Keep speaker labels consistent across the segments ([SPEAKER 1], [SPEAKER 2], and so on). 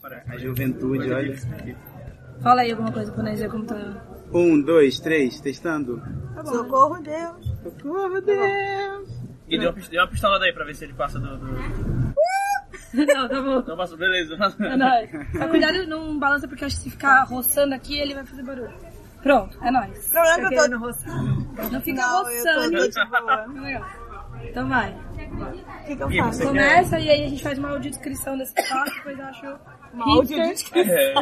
[SPEAKER 1] Para a juventude, olha.
[SPEAKER 2] Fala aí alguma coisa pra nós ver como tá.
[SPEAKER 1] Um, dois, três, testando.
[SPEAKER 3] Socorro, Deus.
[SPEAKER 1] Socorro, Deus.
[SPEAKER 4] E deu uma, pist- deu uma pistolada aí pra ver se ele passa do. do...
[SPEAKER 2] Não, tá bom.
[SPEAKER 4] Não passou, beleza.
[SPEAKER 2] É nóis. Mas cuidado, não balança, porque eu acho que se ficar roçando aqui, ele vai fazer barulho. Pronto, é nóis.
[SPEAKER 3] O problema é que eu
[SPEAKER 2] Tá
[SPEAKER 3] tô roçando.
[SPEAKER 2] Não fica
[SPEAKER 3] Não, eu tô
[SPEAKER 2] roçando. Tá
[SPEAKER 3] ali de boa.
[SPEAKER 2] Legal. Então vai.
[SPEAKER 3] O que, que eu
[SPEAKER 4] E
[SPEAKER 3] faço?
[SPEAKER 4] você
[SPEAKER 2] Começa e aí a gente faz uma audiodescrição desse espaço, depois eu acho hipster.
[SPEAKER 4] É,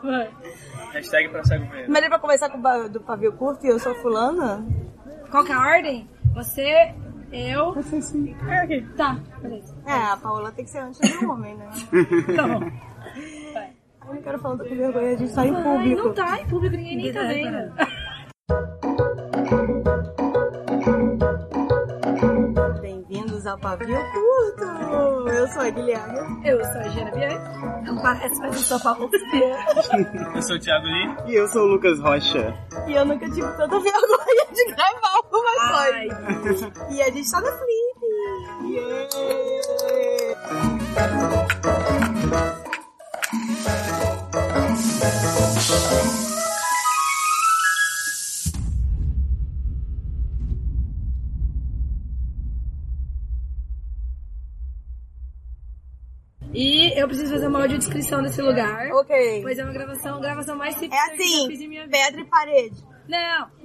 [SPEAKER 2] Vai.
[SPEAKER 4] hashtag pra cego ver.
[SPEAKER 3] Melhor pra começar com o ba- do pavio curto e eu sou fulana?
[SPEAKER 2] Qual que é a ordem? Você, eu...
[SPEAKER 4] É aqui.
[SPEAKER 2] Tá, beleza.
[SPEAKER 3] É, a Paola tem que ser antes do homem, né?
[SPEAKER 2] Tá bom. Vai.
[SPEAKER 3] Eu não quero falar tô com vergonha, a gente tá em
[SPEAKER 2] Ai, não
[SPEAKER 3] público.
[SPEAKER 2] tá em público, ninguém nem tá vendo. tá-
[SPEAKER 3] Bem-vindos ao pavio curto. Eu sou a Guilherme.
[SPEAKER 2] Eu sou a Gina Bianchi. Não parece, mas eu sou a Paula Silveira.
[SPEAKER 4] Eu sou o Thiago Lee.
[SPEAKER 1] E eu sou o Lucas Rocha.
[SPEAKER 3] E eu nunca tive tanta vergonha de gravar alguma coisa.
[SPEAKER 2] Ai,
[SPEAKER 3] E a gente tá no Flip! Yeah.
[SPEAKER 2] E eu preciso fazer uma audiodescrição desse lugar.
[SPEAKER 3] Ok.
[SPEAKER 2] Pois é uma gravação, gravação mais
[SPEAKER 3] É
[SPEAKER 2] simples que eu fiz em minha
[SPEAKER 3] assim,
[SPEAKER 2] vida.
[SPEAKER 3] pedra e parede.
[SPEAKER 2] Não,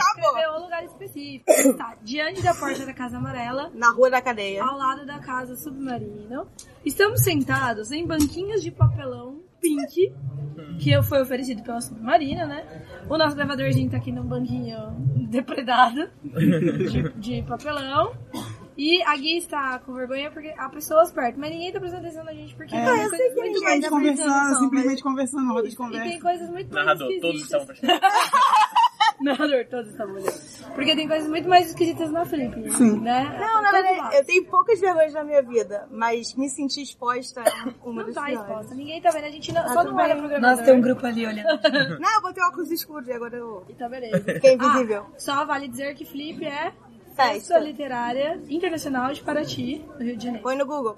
[SPEAKER 3] Acabou.
[SPEAKER 2] é um lugar específico. Tá, diante da porta da Casa Amarela,
[SPEAKER 3] Na rua da cadeia.
[SPEAKER 2] ao lado da Casa Submarino. Estamos sentados em banquinhas de papelão pink, que eu- foi oferecido pela Submarina, né? O nosso gravadorzinho tá aqui num banquinho depredado, de, de papelão. E a Gui está com vergonha porque há pessoas perto, mas ninguém tá prestando atenção na gente porque... tem
[SPEAKER 3] É, eu sei
[SPEAKER 2] coisas
[SPEAKER 3] que
[SPEAKER 2] muito
[SPEAKER 3] ninguém
[SPEAKER 2] mais
[SPEAKER 3] tá
[SPEAKER 2] importantes.
[SPEAKER 3] Conversando,
[SPEAKER 1] simplesmente conversando, roda de
[SPEAKER 2] E tem coisas muito mais
[SPEAKER 4] Narrador,
[SPEAKER 2] esquisitas.
[SPEAKER 4] todos estavam prestando.
[SPEAKER 2] Narrador, todos estavam olhando. Porque tem coisas muito mais esquisitas na Flip, Sim. né?
[SPEAKER 3] Não, na
[SPEAKER 2] Todo
[SPEAKER 3] verdade,
[SPEAKER 2] lado.
[SPEAKER 3] eu tenho poucas vergonhas na minha vida, mas me sentir exposta é um- uma
[SPEAKER 2] Não
[SPEAKER 3] das
[SPEAKER 2] tá
[SPEAKER 3] piores.
[SPEAKER 2] exposta. Ninguém tá vendo. A gente não,
[SPEAKER 3] Ah,
[SPEAKER 2] só
[SPEAKER 3] tudo
[SPEAKER 2] não olha
[SPEAKER 3] bem.
[SPEAKER 2] pro gravador.
[SPEAKER 5] Nossa, tem um grupo ali olhando.
[SPEAKER 3] Não, eu botei óculos escuros e agora eu
[SPEAKER 2] Então, beleza.
[SPEAKER 3] fiquei invisível.
[SPEAKER 2] Ah, só vale dizer que Flip é
[SPEAKER 3] Festa.
[SPEAKER 2] Festa Literária Internacional de Paraty, no Rio de Janeiro.
[SPEAKER 3] Põe no Google.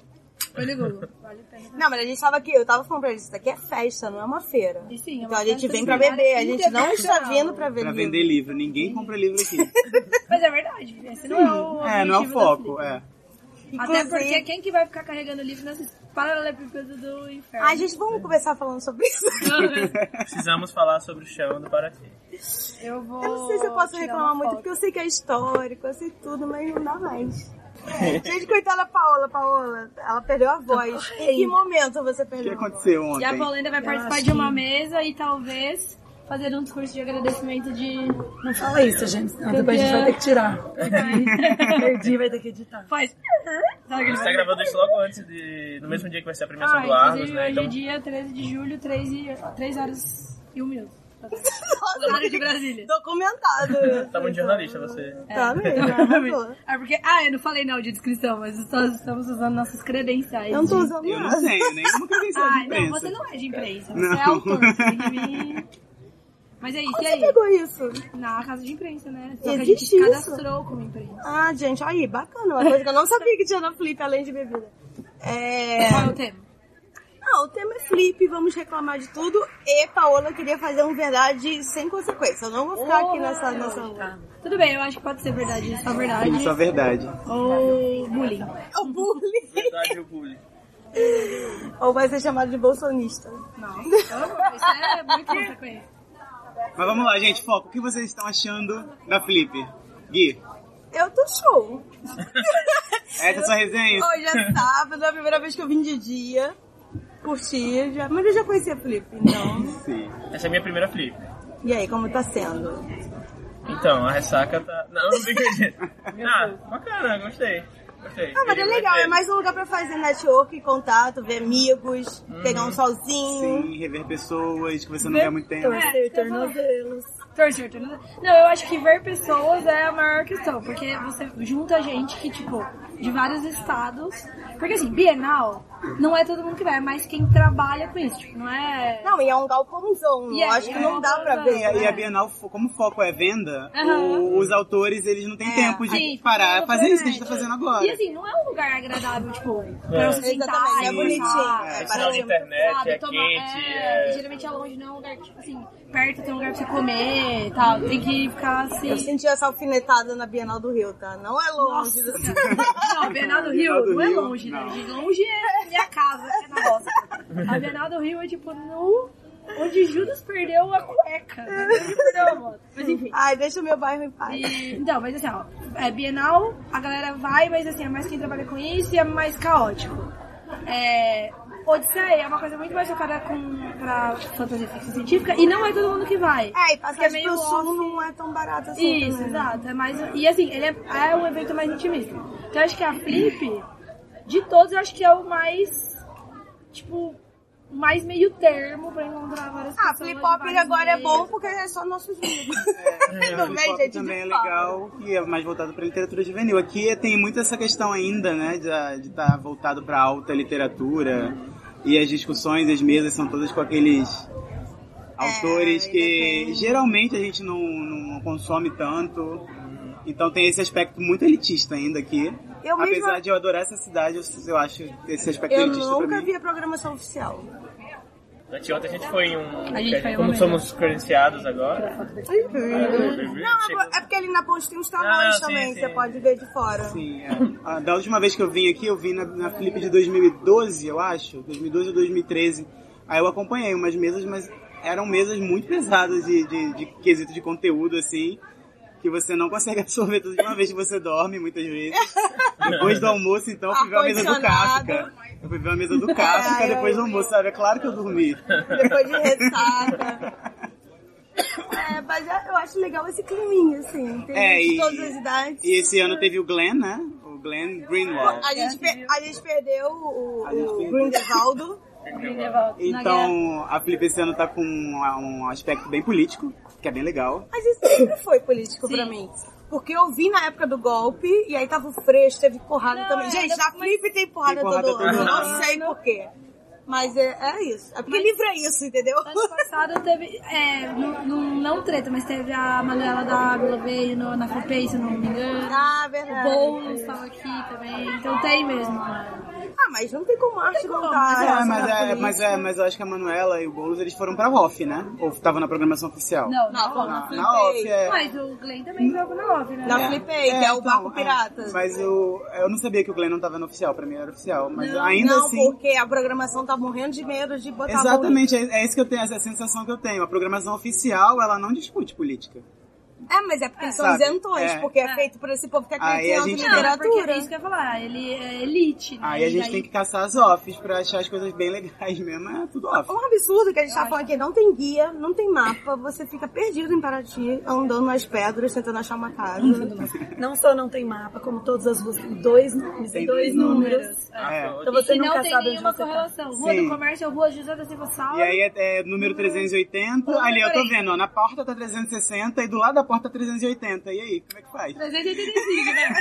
[SPEAKER 2] Foi no Google. Vale a pena.
[SPEAKER 3] Não, mas a gente tava aqui, eu tava falando pra eles, isso daqui é festa, não é uma feira.
[SPEAKER 2] E sim, é uma
[SPEAKER 3] então a gente
[SPEAKER 2] festa
[SPEAKER 3] vem pra
[SPEAKER 2] literária
[SPEAKER 3] beber, a gente não está
[SPEAKER 2] internacional.
[SPEAKER 3] vindo pra ver
[SPEAKER 1] Pra
[SPEAKER 3] livro.
[SPEAKER 1] vender livro, ninguém compra livro aqui.
[SPEAKER 2] Mas é verdade. Esse não é o
[SPEAKER 1] É, não é o
[SPEAKER 2] objetivo da
[SPEAKER 1] foco,
[SPEAKER 2] Flip.
[SPEAKER 1] é.
[SPEAKER 2] Até
[SPEAKER 3] Inclusive-
[SPEAKER 2] porque quem que vai ficar carregando livro nessas paralelepípedos do inferno?
[SPEAKER 3] Ai, gente, vamos começar falando sobre isso.
[SPEAKER 4] Precisamos falar sobre o chão do Paraty.
[SPEAKER 2] eu vou...
[SPEAKER 3] Eu não sei se eu posso
[SPEAKER 2] tirar
[SPEAKER 3] reclamar
[SPEAKER 2] uma
[SPEAKER 3] muito,
[SPEAKER 2] foto.
[SPEAKER 3] porque eu sei que é histórico, eu sei tudo, mas não dá mais. Gente, coitada da Paola, Paola, ela perdeu a voz. Em que momento você
[SPEAKER 1] O que
[SPEAKER 3] perdeu a voz?
[SPEAKER 1] aconteceu
[SPEAKER 2] E a
[SPEAKER 1] ontem?
[SPEAKER 2] Paulina vai participar de uma mesa e talvez fazer um discurso de agradecimento de.
[SPEAKER 5] Não fala isso, gente. senão depois a gente vai ter que tirar. Perdi, vai ter que editar.
[SPEAKER 2] Faz. Sabe
[SPEAKER 4] Ele
[SPEAKER 2] aquele
[SPEAKER 4] está tá gravando isso logo antes de. No mesmo dia que vai ser a premiação
[SPEAKER 2] Ah,
[SPEAKER 4] do Argos,
[SPEAKER 2] inclusive
[SPEAKER 4] né?
[SPEAKER 2] hoje
[SPEAKER 4] Então,
[SPEAKER 2] é dia 13 de julho, 3, e, 3 horas e 1 minuto. Horário de Brasília.
[SPEAKER 3] Documentado.
[SPEAKER 4] tá muito jornalista você.
[SPEAKER 3] Tá mesmo, arrasou.
[SPEAKER 2] É porque, ah, eu não falei na audiodescrição, mas nós estamos usando nossas credenciais.
[SPEAKER 3] Eu não tô
[SPEAKER 2] de-
[SPEAKER 3] usando
[SPEAKER 1] Eu não
[SPEAKER 3] nada.
[SPEAKER 1] tenho, nem nunca pensei de
[SPEAKER 2] é Ah, não,
[SPEAKER 1] imprensa.
[SPEAKER 2] você não é de imprensa,
[SPEAKER 1] Não.
[SPEAKER 2] você é autor. você tem que vir- Mas é isso, e
[SPEAKER 3] Você
[SPEAKER 2] aí?
[SPEAKER 3] pegou isso?
[SPEAKER 2] Na casa de imprensa, né? Só que a gente
[SPEAKER 3] Existe
[SPEAKER 2] se
[SPEAKER 3] isso?
[SPEAKER 2] cadastrou como imprensa.
[SPEAKER 3] Ah, gente, aí, bacana. Uma coisa que eu não sabia que tinha na Flip, além de bebida. É...
[SPEAKER 2] Qual é o tema?
[SPEAKER 3] Ah, o tema é Flip, vamos reclamar de tudo. E Paola queria fazer um verdade sem consequência. Eu não vou ficar
[SPEAKER 2] Oh,
[SPEAKER 3] aqui nessa... nessa...
[SPEAKER 2] Tudo bem, eu acho que pode ser verdade, só verdade.
[SPEAKER 1] Isso é verdade.
[SPEAKER 2] Ou bullying.
[SPEAKER 3] O bullying.
[SPEAKER 4] Verdade, o bullying.
[SPEAKER 3] Ou vai ser chamado de bolsonista.
[SPEAKER 2] Não. Isso é muito consequência.
[SPEAKER 1] Mas vamos lá, gente, foco. O que vocês estão achando da Flip? Gui,
[SPEAKER 3] Eu tô show.
[SPEAKER 1] essa é a sua resenha?
[SPEAKER 3] Hoje é sábado, é a primeira vez que eu vim de dia. Curti, já... mas eu já conhecia a Flip, então...
[SPEAKER 1] Sim.
[SPEAKER 4] Essa é a minha primeira flip.
[SPEAKER 3] E aí, como tá sendo?
[SPEAKER 4] Então, a ressaca tá. Não, não brincadeira. Ah, bacana, gostei. Gostei.
[SPEAKER 3] Ah, mas é
[SPEAKER 4] Queria
[SPEAKER 3] legal,
[SPEAKER 4] ver.
[SPEAKER 3] é mais um lugar pra fazer network, contato, ver amigos, pegar um solzinho.
[SPEAKER 1] Sim, rever pessoas que você não vê há muito né? tempo.
[SPEAKER 5] Torcer tornozelos.
[SPEAKER 2] É, Torcer, torcer. Não, eu acho que ver pessoas é a maior questão, porque você junta gente que, tipo, de vários estados. Porque assim, Bienal não é todo mundo que vai, mas quem trabalha com isso. Tipo, não é.
[SPEAKER 3] Não, e é um galpãozão.
[SPEAKER 2] E
[SPEAKER 3] eu
[SPEAKER 2] é-
[SPEAKER 3] acho que
[SPEAKER 2] é um
[SPEAKER 3] não dá pra
[SPEAKER 2] galpãozão.
[SPEAKER 3] ver. né?
[SPEAKER 1] E a, e a Bienal, fo- como o foco é venda,
[SPEAKER 2] Aham.
[SPEAKER 1] o- os autores eles não têm
[SPEAKER 3] É.
[SPEAKER 1] tempo de
[SPEAKER 2] Sim,
[SPEAKER 1] parar
[SPEAKER 2] tudo
[SPEAKER 1] fazer isso que a
[SPEAKER 2] presente.
[SPEAKER 1] gente tá fazendo agora.
[SPEAKER 2] E assim, não é um lugar agradável, tipo,
[SPEAKER 4] É.
[SPEAKER 2] pra você sentar.
[SPEAKER 3] Exatamente, é
[SPEAKER 2] e
[SPEAKER 3] bonitinho.
[SPEAKER 2] conversar,
[SPEAKER 3] É,
[SPEAKER 4] É
[SPEAKER 3] Parece
[SPEAKER 4] sinal de
[SPEAKER 3] um-
[SPEAKER 4] internet,
[SPEAKER 2] sabe,
[SPEAKER 4] é
[SPEAKER 2] tomar-
[SPEAKER 4] quente,
[SPEAKER 2] é, e
[SPEAKER 4] é...
[SPEAKER 2] Geralmente é longe, não é um lugar que, tipo assim, perto tem um lugar pra você comer e tal. Tem que ficar
[SPEAKER 3] Eu
[SPEAKER 2] assim.
[SPEAKER 3] senti essa alfinetada na Bienal do Rio, tá? Não é longe.
[SPEAKER 2] Nossa, não, a Bienal do Rio
[SPEAKER 1] Bienal do
[SPEAKER 2] não é
[SPEAKER 1] Rio,
[SPEAKER 2] longe, né?
[SPEAKER 1] não.
[SPEAKER 2] De longe é minha casa, é na roça. A Bienal do Rio é tipo no. Onde Judas perdeu a cueca. né? Ele perdeu a moto. Mas enfim.
[SPEAKER 3] Ai, deixa o meu bairro em paz.
[SPEAKER 2] E, então, mas assim, ó, é Bienal, a galera vai, mas assim, é mais quem trabalha com isso e é mais caótico. É, Odisseia é uma coisa muito mais focada com, pra fantasia ficção científica e não é todo mundo que vai.
[SPEAKER 3] É, e
[SPEAKER 2] Porque é
[SPEAKER 3] passagem
[SPEAKER 2] meio
[SPEAKER 3] pro
[SPEAKER 2] off.
[SPEAKER 3] sul não é tão barata assim
[SPEAKER 2] Isso,
[SPEAKER 3] também. né?
[SPEAKER 2] exato. É mais, e assim, ele é, é um evento mais intimista. Então eu acho que a Flip, de todos, eu acho que é o mais, tipo, mais meio termo pra encontrar várias
[SPEAKER 3] Ah,
[SPEAKER 2] pessoas.
[SPEAKER 3] flip flop
[SPEAKER 2] vários
[SPEAKER 3] agora é
[SPEAKER 2] meios.
[SPEAKER 3] bom porque é só nossos amigos.
[SPEAKER 1] É,
[SPEAKER 3] Não
[SPEAKER 1] o
[SPEAKER 3] vem
[SPEAKER 1] hip-hop
[SPEAKER 3] gente
[SPEAKER 1] também
[SPEAKER 3] de
[SPEAKER 1] é
[SPEAKER 3] fora.
[SPEAKER 1] legal e é mais voltado pra literatura juvenil. Aqui tem muito essa questão ainda, né, de estar voltado pra alta literatura e as discussões, as mesas são todas com aqueles autores
[SPEAKER 3] ainda
[SPEAKER 1] que
[SPEAKER 3] tem.
[SPEAKER 1] geralmente a gente não, não consome tanto. Então tem esse aspecto muito elitista ainda aqui.
[SPEAKER 3] Eu
[SPEAKER 1] Apesar
[SPEAKER 3] mesma-
[SPEAKER 1] de eu adorar essa cidade, eu, eu acho esse aspecto
[SPEAKER 3] Eu
[SPEAKER 1] elitista pra
[SPEAKER 3] nunca
[SPEAKER 1] mim.
[SPEAKER 3] vi a programação oficial.
[SPEAKER 4] Anteontem a gente foi em um...
[SPEAKER 2] A gente foi em um
[SPEAKER 4] como
[SPEAKER 2] evento.
[SPEAKER 4] somos credenciados agora...
[SPEAKER 3] Não, é
[SPEAKER 4] chegou-
[SPEAKER 3] po- é porque ali na ponte tem uns
[SPEAKER 4] Ah,
[SPEAKER 3] tamanhos
[SPEAKER 4] sim,
[SPEAKER 3] também,
[SPEAKER 4] sim.
[SPEAKER 3] você pode ver de fora.
[SPEAKER 1] Sim, é. Ah, Da última vez que eu vim aqui, eu vim na, na Flip de 2012, eu acho. 2012 ou 2013. Aí eu acompanhei umas mesas, mas eram mesas muito pesadas de, de, de quesito de conteúdo, assim. Que você não consegue absorver tudo de uma vez que você dorme, muitas vezes. Depois do almoço, então, eu fui ver a mesa do
[SPEAKER 3] Ar-condicionado.
[SPEAKER 1] Kafka. Eu fui ver a mesa do Kafka
[SPEAKER 3] Ai, ai,
[SPEAKER 1] depois do
[SPEAKER 3] ai.
[SPEAKER 1] almoço, sabe? É claro que eu dormi.
[SPEAKER 3] Depois de ressaca. É, mas é- eu acho legal esse climinha, assim. Tem
[SPEAKER 1] É,
[SPEAKER 3] gente de
[SPEAKER 1] e-
[SPEAKER 3] todas as idades.
[SPEAKER 1] E esse ano teve o Glenn, né? O Glenn Greenwald.
[SPEAKER 3] A
[SPEAKER 2] É,
[SPEAKER 3] gente, per- a gente perdeu o,
[SPEAKER 1] A gente
[SPEAKER 3] o
[SPEAKER 1] perdeu.
[SPEAKER 3] Grindelwaldo.
[SPEAKER 2] Medieval, na guerra.
[SPEAKER 1] Então, a Flip esse ano tá com um aspecto bem político, que é bem legal.
[SPEAKER 3] Mas isso sempre foi político
[SPEAKER 2] Sim.
[SPEAKER 3] pra mim. Porque eu vi na época do golpe, e aí tava o Freixo, teve porrada
[SPEAKER 2] Não,
[SPEAKER 3] também.
[SPEAKER 2] é, da-
[SPEAKER 3] Gente, na Flip tem porrada,
[SPEAKER 1] Tem porrada
[SPEAKER 3] todo ano.
[SPEAKER 1] todo
[SPEAKER 3] Não
[SPEAKER 1] ano.
[SPEAKER 3] sei porquê. Mas é, é isso. É porque livro é isso, entendeu?
[SPEAKER 2] Ano passado teve. É, não, não, não treta, mas teve a Manuela Dávila veio no, na Copei, se eu não me engano.
[SPEAKER 3] Ah,
[SPEAKER 2] O
[SPEAKER 3] verdade.
[SPEAKER 2] Boulos estava aqui também. Então tem mesmo. né?
[SPEAKER 3] Ah, mas não tem como arte
[SPEAKER 2] como,
[SPEAKER 3] contar.
[SPEAKER 1] É,
[SPEAKER 3] Ah, essa
[SPEAKER 1] mas, é,
[SPEAKER 3] política.
[SPEAKER 1] mas, é, mas eu acho que a Manuela e o Boulos eles foram pra off, né? Ou tava na programação oficial?
[SPEAKER 2] Não,
[SPEAKER 3] Não,
[SPEAKER 2] não,
[SPEAKER 1] Ah, Na,
[SPEAKER 2] não.
[SPEAKER 3] Flip
[SPEAKER 1] na off,
[SPEAKER 3] Day.
[SPEAKER 1] é.
[SPEAKER 2] Mas o Glenn também jogou na OV, né?
[SPEAKER 3] Na Flipei, que é o
[SPEAKER 1] então,
[SPEAKER 3] Barco
[SPEAKER 1] é.
[SPEAKER 3] Pirata.
[SPEAKER 1] mas eu, eu não sabia que o Glenn não tava no oficial, pra mim era oficial. Mas
[SPEAKER 3] não,
[SPEAKER 1] ainda
[SPEAKER 3] não,
[SPEAKER 1] assim.
[SPEAKER 3] porque a programação tá morrendo de medo de botar
[SPEAKER 1] Exatamente, é, é isso que eu tenho, essa é a sensação que eu tenho. A programação oficial, ela não discute política.
[SPEAKER 3] a mão. É, mas é porque eles são
[SPEAKER 1] Sabe,
[SPEAKER 3] isentões,
[SPEAKER 1] é.
[SPEAKER 3] porque é,
[SPEAKER 2] É.
[SPEAKER 3] feito por esse povo que é
[SPEAKER 1] Aí a
[SPEAKER 3] criança em
[SPEAKER 1] gente-
[SPEAKER 2] Não, é porque
[SPEAKER 3] literatura.
[SPEAKER 2] é isso que eu ia falar. Ele é elite, né?
[SPEAKER 1] Aí a
[SPEAKER 2] E
[SPEAKER 1] gente
[SPEAKER 2] daí-
[SPEAKER 1] tem que caçar as offs pra achar as coisas bem legais mesmo, é tudo off.
[SPEAKER 3] Um absurdo que a gente tá falando aqui, não tem guia, não tem mapa, você fica perdido em Paraty, andando nas pedras, tentando achar uma casa.
[SPEAKER 5] Não só não tem mapa, como todas as ruas têm dois nomes,
[SPEAKER 1] Tem
[SPEAKER 5] tem
[SPEAKER 1] dois
[SPEAKER 5] dois números.
[SPEAKER 1] É.
[SPEAKER 5] Então
[SPEAKER 2] E
[SPEAKER 5] você
[SPEAKER 2] que não
[SPEAKER 5] nunca
[SPEAKER 2] tem
[SPEAKER 5] sabe onde
[SPEAKER 2] nenhuma
[SPEAKER 5] você tá.
[SPEAKER 2] correlação. Rua
[SPEAKER 1] Sim.
[SPEAKER 2] do Comércio, é Rua José da Silva Sal.
[SPEAKER 1] E aí é, é número 380,
[SPEAKER 2] Ou
[SPEAKER 1] ali eu tô
[SPEAKER 2] 40.
[SPEAKER 1] vendo, ó, na porta tá 360 e do lado da porta tá 380. E aí, como é que faz?
[SPEAKER 2] 385, né?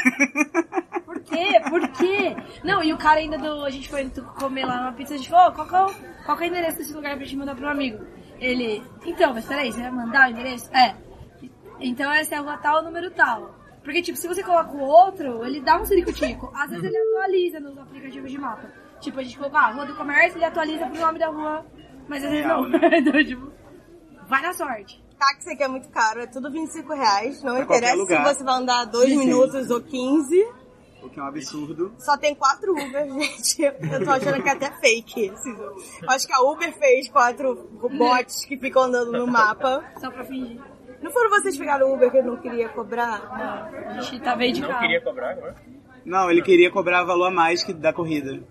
[SPEAKER 2] Por quê? Por quê? Não, e o cara ainda do. A gente foi comer lá uma pizza, a gente falou, "Ô, qual que é o, qual que é o endereço desse lugar pra gente mandar pro amigo? Ele. Então, mas peraí, você vai mandar o endereço? É. Então essa é a rua tal, número tal. Porque, tipo, se você coloca o outro, ele dá um ciricutico. Às vezes ele atualiza nos aplicativos de mapa. Tipo, a gente colocou a rua do comércio, ele atualiza pro nome da rua. Mas às vezes não. então, tipo, vai na sorte.
[SPEAKER 3] Táxi aqui é muito caro, é tudo 25 reais, não
[SPEAKER 1] Pra É qualquer
[SPEAKER 3] interessa
[SPEAKER 1] lugar.
[SPEAKER 3] se você vai andar 2 minutos ou 15.
[SPEAKER 1] O que é um absurdo.
[SPEAKER 3] Só tem quatro Uber, gente. Eu tô achando que é até fake. esse jogo. Acho que a Uber fez quatro bots que ficam andando no mapa.
[SPEAKER 2] Só pra fingir.
[SPEAKER 3] Não foram vocês que pegaram o Uber que eu não queria cobrar?
[SPEAKER 2] Não, a gente tá bem de
[SPEAKER 4] Não
[SPEAKER 2] carro.
[SPEAKER 4] queria cobrar agora.
[SPEAKER 1] Não, ele queria cobrar valor a mais que da corrida.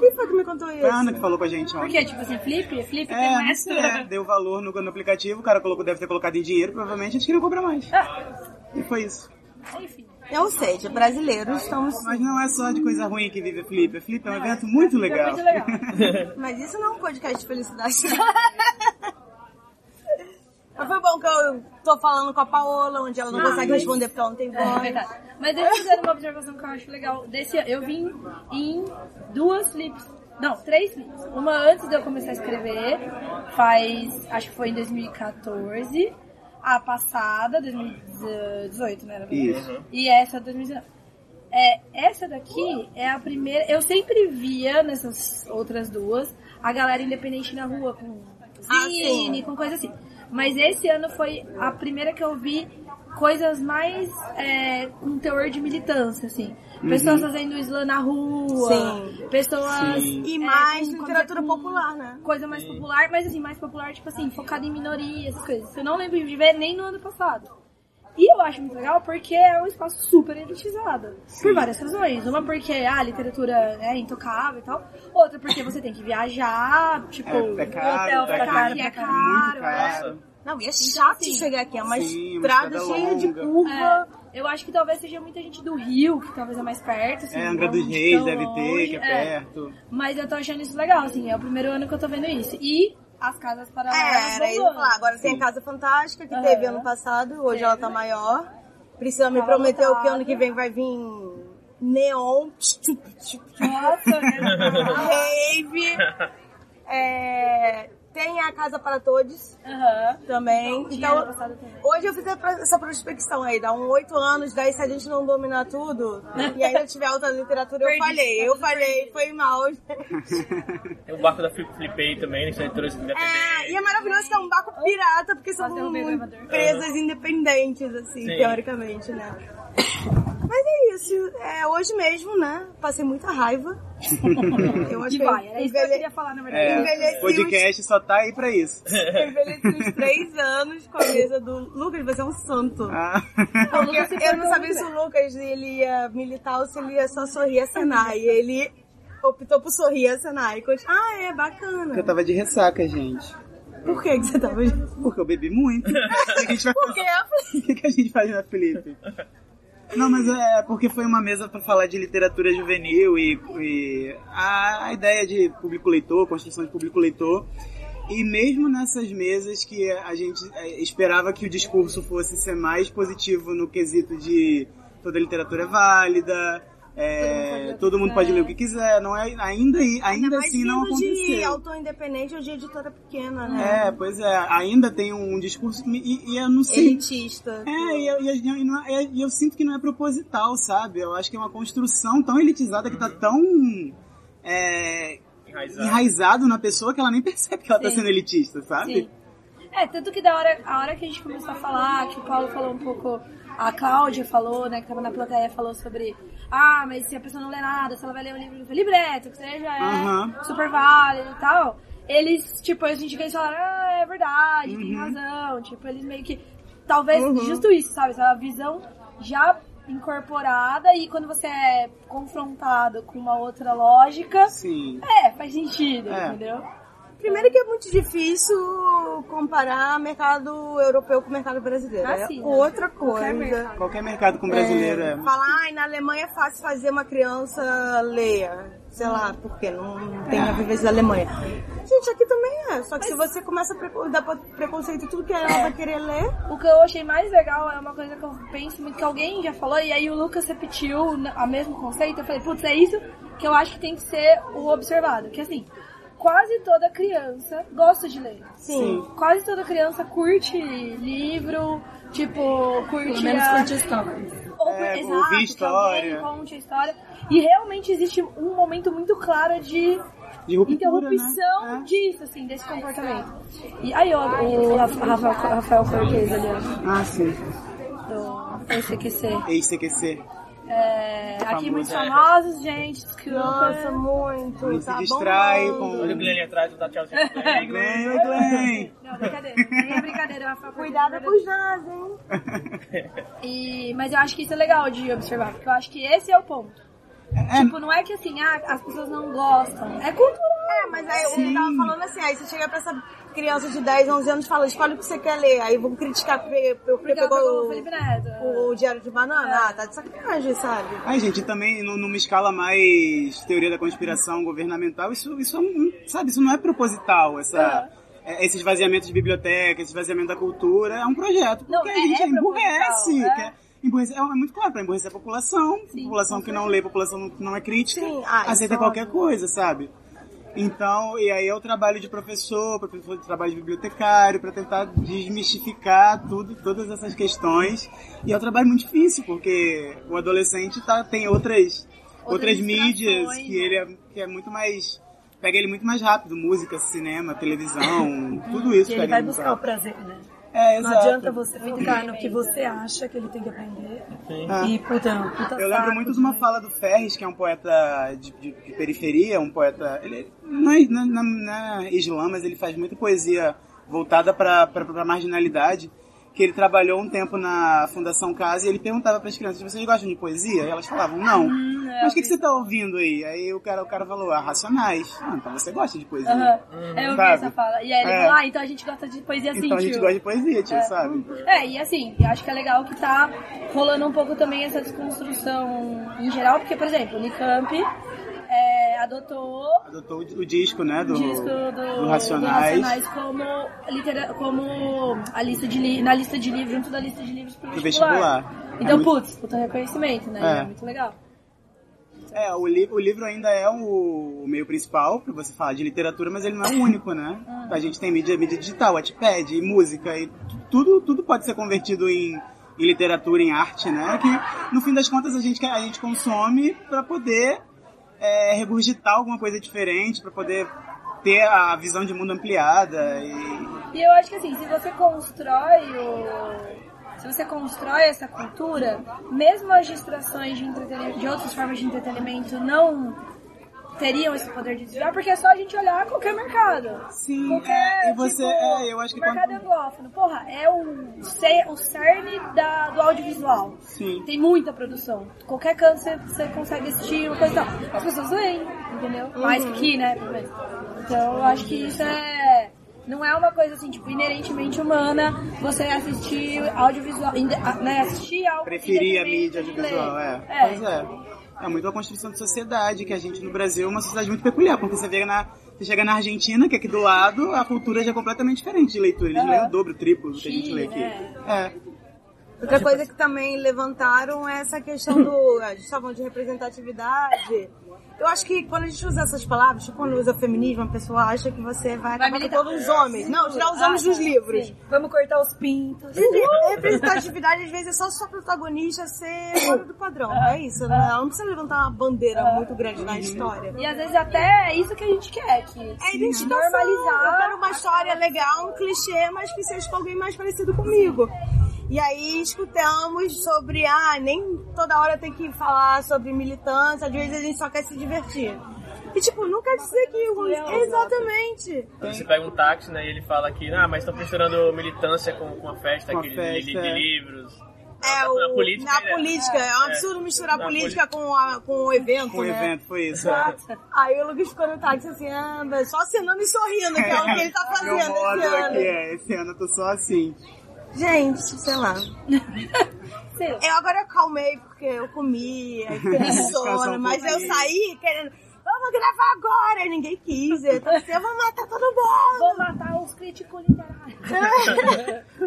[SPEAKER 3] Quem foi que me contou
[SPEAKER 1] Foi a
[SPEAKER 3] isso?
[SPEAKER 1] Ana que falou com a gente ontem.
[SPEAKER 2] É Por quê? Tipo assim, flip? Flip tem
[SPEAKER 1] É,
[SPEAKER 2] um
[SPEAKER 1] não sei, é,
[SPEAKER 2] extra?
[SPEAKER 1] deu valor no, no aplicativo, o cara colocou, deve ter colocado em dinheiro, provavelmente eles queriam cobrar mais.
[SPEAKER 2] Ah,
[SPEAKER 1] E foi isso.
[SPEAKER 2] enfim.
[SPEAKER 3] Ou seja, brasileiros estamos.
[SPEAKER 1] Mas não é só de coisa ruim que vive a Flip. A Flip é um evento muito
[SPEAKER 2] Foi
[SPEAKER 1] legal.
[SPEAKER 2] Muito legal.
[SPEAKER 3] Mas isso não é um podcast de felicidade. Mas foi bom que eu tô falando com a Paola, onde ela não consegue responder porque ela não tem
[SPEAKER 2] É
[SPEAKER 3] voz.
[SPEAKER 2] verdade. Mas deixa eu fazer uma observação que eu acho legal. Desse, eu vim em duas flips. Não, três livros. Uma antes de eu começar a escrever, faz. acho que foi em 2014. A passada, 2018, né? Era
[SPEAKER 1] Isso.
[SPEAKER 4] Uhum.
[SPEAKER 2] E essa 2019. É, essa daqui é a primeira. Eu sempre via nessas outras duas a galera independente na rua com
[SPEAKER 3] Ah,
[SPEAKER 2] zine,
[SPEAKER 3] sim.
[SPEAKER 2] com coisa assim. Mas esse ano foi a primeira que eu vi coisas mais é, com teor de militância, assim.
[SPEAKER 3] Uhum.
[SPEAKER 2] Pessoas fazendo slam na rua,
[SPEAKER 3] Sim.
[SPEAKER 2] pessoas.
[SPEAKER 1] Sim.
[SPEAKER 3] E
[SPEAKER 2] é,
[SPEAKER 3] mais
[SPEAKER 2] com- com-
[SPEAKER 3] literatura
[SPEAKER 2] com-
[SPEAKER 3] popular, né?
[SPEAKER 2] coisa mais popular, mas assim, mais popular, tipo assim, focada em minorias, essas coisas. Eu não lembro de ver nem no ano passado. E eu acho muito legal porque é um espaço super elitizado. Por várias razões. Uma porque ah, a literatura é intocável e tal. Outra porque você tem que viajar, tipo,
[SPEAKER 1] É, é caro,
[SPEAKER 2] hotel
[SPEAKER 1] tá
[SPEAKER 2] pra cá,
[SPEAKER 1] caro,
[SPEAKER 2] que é
[SPEAKER 1] tá muito
[SPEAKER 2] caro. é.
[SPEAKER 1] caro.
[SPEAKER 3] Não, e é chato
[SPEAKER 2] assim,
[SPEAKER 3] chegar aqui, é uma
[SPEAKER 1] sim, uma
[SPEAKER 3] estrada
[SPEAKER 1] estrada
[SPEAKER 3] cheia de
[SPEAKER 1] longa.
[SPEAKER 3] curva.
[SPEAKER 2] É, eu acho que talvez seja muita gente do Rio, que talvez é mais perto. Assim,
[SPEAKER 1] É, Angra
[SPEAKER 2] não
[SPEAKER 1] dos
[SPEAKER 2] tão
[SPEAKER 1] Reis deve ter,
[SPEAKER 2] longe.
[SPEAKER 1] que é, perto.
[SPEAKER 2] Mas eu tô achando isso legal, assim, é o primeiro ano que eu tô vendo isso. E as casas
[SPEAKER 3] É,
[SPEAKER 2] paralelas
[SPEAKER 3] era isso
[SPEAKER 2] bombando.
[SPEAKER 3] lá. Agora tem a Casa Fantástica, que
[SPEAKER 2] Aham.
[SPEAKER 3] teve ano passado, hoje ela tá maior. Priscila me
[SPEAKER 2] Tava
[SPEAKER 3] prometeu que
[SPEAKER 2] lotada.
[SPEAKER 3] ano que vem vai vir neon,
[SPEAKER 2] Nossa, né?
[SPEAKER 3] rave. É, tem a Casa para Todos
[SPEAKER 2] Aham.
[SPEAKER 3] também.
[SPEAKER 2] Tinha ano
[SPEAKER 3] Então,
[SPEAKER 2] passado também.
[SPEAKER 3] hoje eu fiz a pro- essa prospecção aí, dá uns oito anos, daí se a gente não dominar tudo e ainda tiver alta literatura, eu
[SPEAKER 2] Perdi,
[SPEAKER 3] falhei.
[SPEAKER 2] tá
[SPEAKER 3] Eu
[SPEAKER 2] tudo
[SPEAKER 3] falhei, foi mal.
[SPEAKER 4] Tem o barco da Flip Flipei também, eles leitores
[SPEAKER 3] É,
[SPEAKER 4] independentes.
[SPEAKER 3] e é maravilhoso que é um barco pirata, porque são
[SPEAKER 2] Fazer um bem elevador.
[SPEAKER 3] empresas independentes, assim,
[SPEAKER 4] Sim.
[SPEAKER 3] teoricamente, né? Mas é isso. É, hoje mesmo, né? Passei muita raiva. Eu acho
[SPEAKER 2] Que
[SPEAKER 3] que
[SPEAKER 2] vai, era isso que eu
[SPEAKER 3] envelhe-
[SPEAKER 2] queria falar, na verdade.
[SPEAKER 1] É,
[SPEAKER 3] Envelheci
[SPEAKER 1] o podcast só tá aí pra isso.
[SPEAKER 3] eu envelheci uns três anos com a mesa do Lucas, você é um santo.
[SPEAKER 1] Ah,
[SPEAKER 2] Então,
[SPEAKER 3] Porque
[SPEAKER 2] Lucas se
[SPEAKER 3] eu não
[SPEAKER 2] portou
[SPEAKER 3] sabia
[SPEAKER 2] muito bem.
[SPEAKER 3] se o Lucas ele ia militar ou se ele ia só sorrir e acenar. E ele optou por sorrir e acenar. E continu... Ah, é,
[SPEAKER 1] eu
[SPEAKER 3] bacana.
[SPEAKER 1] tava de ressaca, gente.
[SPEAKER 3] Por que, que você tava...
[SPEAKER 1] Porque eu bebi muito. O que a gente vai
[SPEAKER 3] Por que?
[SPEAKER 1] O que, que a gente faz na Felipe? Não, mas é porque foi uma mesa pra falar de literatura juvenil e, e a, a ideia de público leitor, construção de público leitor. E mesmo nessas mesas que a gente é, esperava que o discurso fosse ser mais positivo no quesito de toda literatura é válida, é, todo mundo pode ler o que quiser, não é, ainda, aí- ainda
[SPEAKER 3] Mas
[SPEAKER 1] assim não
[SPEAKER 3] vindo de
[SPEAKER 1] aconteceu.
[SPEAKER 3] autor independente ou de editora pequena, né?
[SPEAKER 1] É, pois é, ainda tem um discurso e, e eu não sei
[SPEAKER 3] Elitista.
[SPEAKER 1] é, e eu, e eu- e eu- e não é- e eu sinto que não é proposital, sabe? Eu acho que é uma construção tão elitizada que tá
[SPEAKER 4] Uhum.
[SPEAKER 1] tão é,
[SPEAKER 4] Enraizado.
[SPEAKER 1] enraizado na pessoa que ela nem percebe que ela tá
[SPEAKER 2] Sim.
[SPEAKER 1] sendo elitista, sabe?
[SPEAKER 2] Sim. É, tanto que da hora, a hora que a gente começou a falar, que o Paulo falou um pouco, a Cláudia falou, né, que tava na plateia, falou sobre, ah, mas se a pessoa não lê nada, se ela vai ler um livro do Felipe Neto, que seja, é
[SPEAKER 1] Aham.
[SPEAKER 2] super válido e tal, eles, tipo, a gente eles falaram, ah, é verdade, tem
[SPEAKER 1] Uhum.
[SPEAKER 2] razão, tipo, eles meio que, talvez justo isso, sabe, essa visão já incorporada e quando você é confrontado com uma outra lógica,
[SPEAKER 1] Sim.
[SPEAKER 2] é, faz sentido,
[SPEAKER 1] É.
[SPEAKER 2] entendeu?
[SPEAKER 3] Primeiro que é muito difícil comparar mercado europeu com mercado brasileiro.
[SPEAKER 2] Ah,
[SPEAKER 3] é
[SPEAKER 2] sim, né?
[SPEAKER 3] outra
[SPEAKER 2] Qualquer
[SPEAKER 3] coisa.
[SPEAKER 2] mercado.
[SPEAKER 1] Qualquer mercado com brasileiro é.
[SPEAKER 3] Falar, ai, na Alemanha é fácil fazer uma criança ler. Sei lá, porque não tem a vivência da Alemanha. Gente, aqui também é. Só que se você começa a preco- dar pra- preconceito em tudo que é, ela vai querer ler,
[SPEAKER 2] O que eu achei mais legal é uma coisa que eu penso muito que alguém já falou, e aí o Lucas repetiu na- a mesmo conceito. Eu falei, putz, é isso que eu acho que tem que ser o observado. Que assim, quase toda criança gosta de ler.
[SPEAKER 3] sim.
[SPEAKER 2] Quase toda criança curte livro, tipo, curte.
[SPEAKER 5] Pelo menos
[SPEAKER 2] a-
[SPEAKER 5] curte a história.
[SPEAKER 2] ou
[SPEAKER 1] É,
[SPEAKER 2] exato,
[SPEAKER 1] ouvir
[SPEAKER 2] que alguém
[SPEAKER 1] história.
[SPEAKER 2] conte a história. E realmente existe um momento muito claro de
[SPEAKER 1] De ruptura,
[SPEAKER 2] interrupção
[SPEAKER 1] né? É.
[SPEAKER 2] disso, assim, desse comportamento. E aí, ó, o Rafa- Rafael, Rafael Cortez ali, ó,
[SPEAKER 1] Ah, sim.
[SPEAKER 2] do FCQC.
[SPEAKER 1] Ex-CQC.
[SPEAKER 2] É, aqui
[SPEAKER 1] Famoso.
[SPEAKER 2] muitos famosos, gente, desculpa.
[SPEAKER 3] Nossa, muito.
[SPEAKER 1] Não se
[SPEAKER 3] tá
[SPEAKER 1] distrai
[SPEAKER 3] bombando.
[SPEAKER 1] com-
[SPEAKER 4] Olha o Glenn ali atrás, não dá tchau, tchau. Glenn.
[SPEAKER 1] Glenn, oi, Glenn!
[SPEAKER 2] Não, brincadeira. Nem é brincadeira, Rafael Cortez.
[SPEAKER 3] Cuidado com os dados, hein?
[SPEAKER 2] E, mas eu acho que isso é legal de observar, porque eu acho que esse é o ponto.
[SPEAKER 1] É,
[SPEAKER 2] Tipo, não é que assim, ah, as pessoas não gostam. É cultural.
[SPEAKER 3] É, mas aí o que tava falando assim, aí você chega pra essa criança de 10, 11 anos e fala, escolhe o que você quer ler. Aí vão criticar porque, porque
[SPEAKER 2] Porque ela pegou o
[SPEAKER 3] pegou
[SPEAKER 2] Felipe Neto.
[SPEAKER 3] o, o Diário de Banana. Ah, tá de sacanagem, sabe?
[SPEAKER 1] Ai, gente, também nu- numa escala mais teoria da conspiração governamental, isso, isso é um- sabe, isso não é proposital, essa, é, esse esvaziamento de biblioteca, esse esvaziamento da cultura, é um projeto, porque
[SPEAKER 2] Não,
[SPEAKER 1] a
[SPEAKER 2] é-
[SPEAKER 1] gente
[SPEAKER 2] é
[SPEAKER 1] emburrece,
[SPEAKER 2] proposital, é.
[SPEAKER 1] quer- emburrece- é. é muito claro, pra emburrecer a população, população que não lê, população que não é crítica,
[SPEAKER 3] Sim, ah,
[SPEAKER 1] aceita
[SPEAKER 3] isso é
[SPEAKER 1] qualquer
[SPEAKER 3] óbvio.
[SPEAKER 1] coisa, sabe? Então, e aí é o trabalho de professor, professor de trabalho de bibliotecário, para tentar desmistificar tudo, todas essas questões. E é um trabalho muito difícil, porque o adolescente tá, tem outras, outras, mídias
[SPEAKER 2] distrações,
[SPEAKER 1] que
[SPEAKER 2] né?
[SPEAKER 1] ele é, que é muito mais. pega ele muito mais rápido, música, cinema, televisão, tudo isso. tá
[SPEAKER 5] Que ele
[SPEAKER 1] pega
[SPEAKER 5] vai
[SPEAKER 1] muito
[SPEAKER 5] buscar o
[SPEAKER 1] rápido.
[SPEAKER 5] prazer, né?
[SPEAKER 1] É,
[SPEAKER 5] Não
[SPEAKER 1] exato.
[SPEAKER 5] adianta você ficar no que você acha que ele tem que aprender. E, puta, puta
[SPEAKER 1] Ah.
[SPEAKER 2] Tá
[SPEAKER 1] Eu lembro
[SPEAKER 5] saco
[SPEAKER 1] muito de uma
[SPEAKER 5] também.
[SPEAKER 1] fala do Ferris, que é um poeta de, de- de periferia, um poeta. Ele não é na, na, na Islã, mas ele faz muita poesia voltada para a marginalidade. Que ele trabalhou um tempo na Fundação Casa e ele perguntava para as crianças: vocês gostam de poesia? E elas falavam: não.
[SPEAKER 2] Hum, é,
[SPEAKER 1] mas o que, que você está ouvindo aí? Aí o cara, o cara falou: ah, Racionais. Ah, então você gosta de poesia.
[SPEAKER 2] Aham. É, eu vi
[SPEAKER 1] Sabe?
[SPEAKER 2] essa fala. E aí ele
[SPEAKER 1] É.
[SPEAKER 2] falou, ah, então a gente gosta de poesia assim,
[SPEAKER 1] Então a gente
[SPEAKER 2] tio.
[SPEAKER 1] gosta de poesia, tio, sabe?
[SPEAKER 2] É, e assim, eu acho que é legal que tá rolando um pouco também essa desconstrução em geral, porque, por exemplo, o Unicamp é, adotou
[SPEAKER 1] Adotou o disco, né? Do,
[SPEAKER 2] o disco do, do
[SPEAKER 1] Racionais.
[SPEAKER 2] Racionais como, litera- como a lista de li- na lista de livros, junto da lista de livros pro
[SPEAKER 1] Pro
[SPEAKER 2] vestibular.
[SPEAKER 1] vestibular.
[SPEAKER 2] Então,
[SPEAKER 1] É muito-
[SPEAKER 2] putz, puta reconhecimento, né?
[SPEAKER 1] É.
[SPEAKER 2] É. muito legal.
[SPEAKER 1] É, o, li o livro ainda é o meio principal pra você falar de literatura, mas ele não é o único, né? A gente tem mídia, mídia digital, Wattpad, e música, e tu- tudo, tudo pode ser convertido em, em literatura, em arte, né? Que no fim das contas a gente, a gente consome pra poder é, regurgitar alguma coisa diferente, pra poder ter a visão de mundo ampliada. E...
[SPEAKER 2] E eu acho que assim, se você constrói o. Se você constrói essa cultura, mesmo as distrações de, entretenimento, de outras formas de entretenimento não teriam esse poder de desviar, porque é só a gente olhar qualquer mercado.
[SPEAKER 1] Sim,
[SPEAKER 2] Qualquer,
[SPEAKER 1] é, e você-
[SPEAKER 2] tipo,
[SPEAKER 1] é, eu acho que
[SPEAKER 2] o mercado
[SPEAKER 1] quando-
[SPEAKER 2] anglófono, porra, é o, ce- o cerne da, do audiovisual.
[SPEAKER 1] Sim.
[SPEAKER 2] Tem muita produção. Qualquer canto você, você consegue assistir uma coisa e tal. As pessoas leem, entendeu?
[SPEAKER 1] Uhum.
[SPEAKER 2] Mais que aqui, né? pelo menos. Então eu acho que isso é. Não é uma coisa assim, tipo, inerentemente humana você assistir audiovisual, inde- a- né? Assistir algo.
[SPEAKER 1] Preferir a mídia
[SPEAKER 2] independente de ler.
[SPEAKER 1] audiovisual, é.
[SPEAKER 2] É.
[SPEAKER 1] Pois é. É muito uma construção de sociedade, que a gente no Brasil é uma sociedade muito peculiar, porque você, vê na, você chega na Argentina, que aqui do lado, a cultura já é completamente diferente de leitura. Eles
[SPEAKER 2] Aham.
[SPEAKER 1] leem o dobro, o triplo do que a gente lê
[SPEAKER 2] Chile,
[SPEAKER 1] aqui.
[SPEAKER 2] né?
[SPEAKER 1] É.
[SPEAKER 3] Outra coisa que também levantaram é essa questão do. A gente estava falando de representatividade. Eu acho que quando a gente usa essas palavras, tipo quando usa feminismo, a pessoa acha que você vai
[SPEAKER 2] Vai
[SPEAKER 3] acabar com
[SPEAKER 2] militar.
[SPEAKER 3] todos os homens. Não, tirar os homens
[SPEAKER 2] Ah,
[SPEAKER 3] dos
[SPEAKER 2] tá.
[SPEAKER 3] livros.
[SPEAKER 2] Sim.
[SPEAKER 5] Vamos cortar os pintos.
[SPEAKER 3] E Representatividade, às vezes, é só sua protagonista ser fora do padrão. É isso, né? Ela não precisa levantar uma bandeira muito grande na história.
[SPEAKER 2] E às vezes até é isso que a gente quer, que
[SPEAKER 3] É identificação.
[SPEAKER 2] normalizar.
[SPEAKER 3] Eu quero uma história legal, um clichê, mas que seja com alguém mais parecido comigo. E aí escutamos sobre, ah, nem toda hora tem que falar sobre militância, às vezes a gente só quer se divertir. E tipo, não quer dizer que o... Exatamente.
[SPEAKER 4] Quando você pega um táxi, né, e ele fala que, ah, mas estão misturando militância com, com a festa,
[SPEAKER 1] Com a
[SPEAKER 4] aquele de- de,
[SPEAKER 1] festa,
[SPEAKER 4] de
[SPEAKER 1] é.
[SPEAKER 4] livros.
[SPEAKER 3] É,
[SPEAKER 4] Na
[SPEAKER 3] o,
[SPEAKER 4] política,
[SPEAKER 3] na
[SPEAKER 4] né?
[SPEAKER 3] política. É um absurdo misturar
[SPEAKER 4] Na
[SPEAKER 3] política com, a- com o evento,
[SPEAKER 1] Com o
[SPEAKER 3] né?
[SPEAKER 1] evento foi isso.
[SPEAKER 3] Aí o Lucas ficou no táxi assim, anda, só acenando e sorrindo, que é o que ele tá fazendo
[SPEAKER 1] Meu modo
[SPEAKER 3] esse ano.
[SPEAKER 1] aqui é, esse ano eu tô só assim.
[SPEAKER 3] Gente, sei lá.
[SPEAKER 2] Sei lá.
[SPEAKER 3] Eu agora acalmei porque eu comi, aí fiquei sono,
[SPEAKER 1] um
[SPEAKER 3] mas eu
[SPEAKER 1] pouquinho.
[SPEAKER 3] saí querendo. Vamos gravar agora! E ninguém quis. Eu tô assim, eu vou matar todo mundo!
[SPEAKER 2] Vou matar os críticos literários.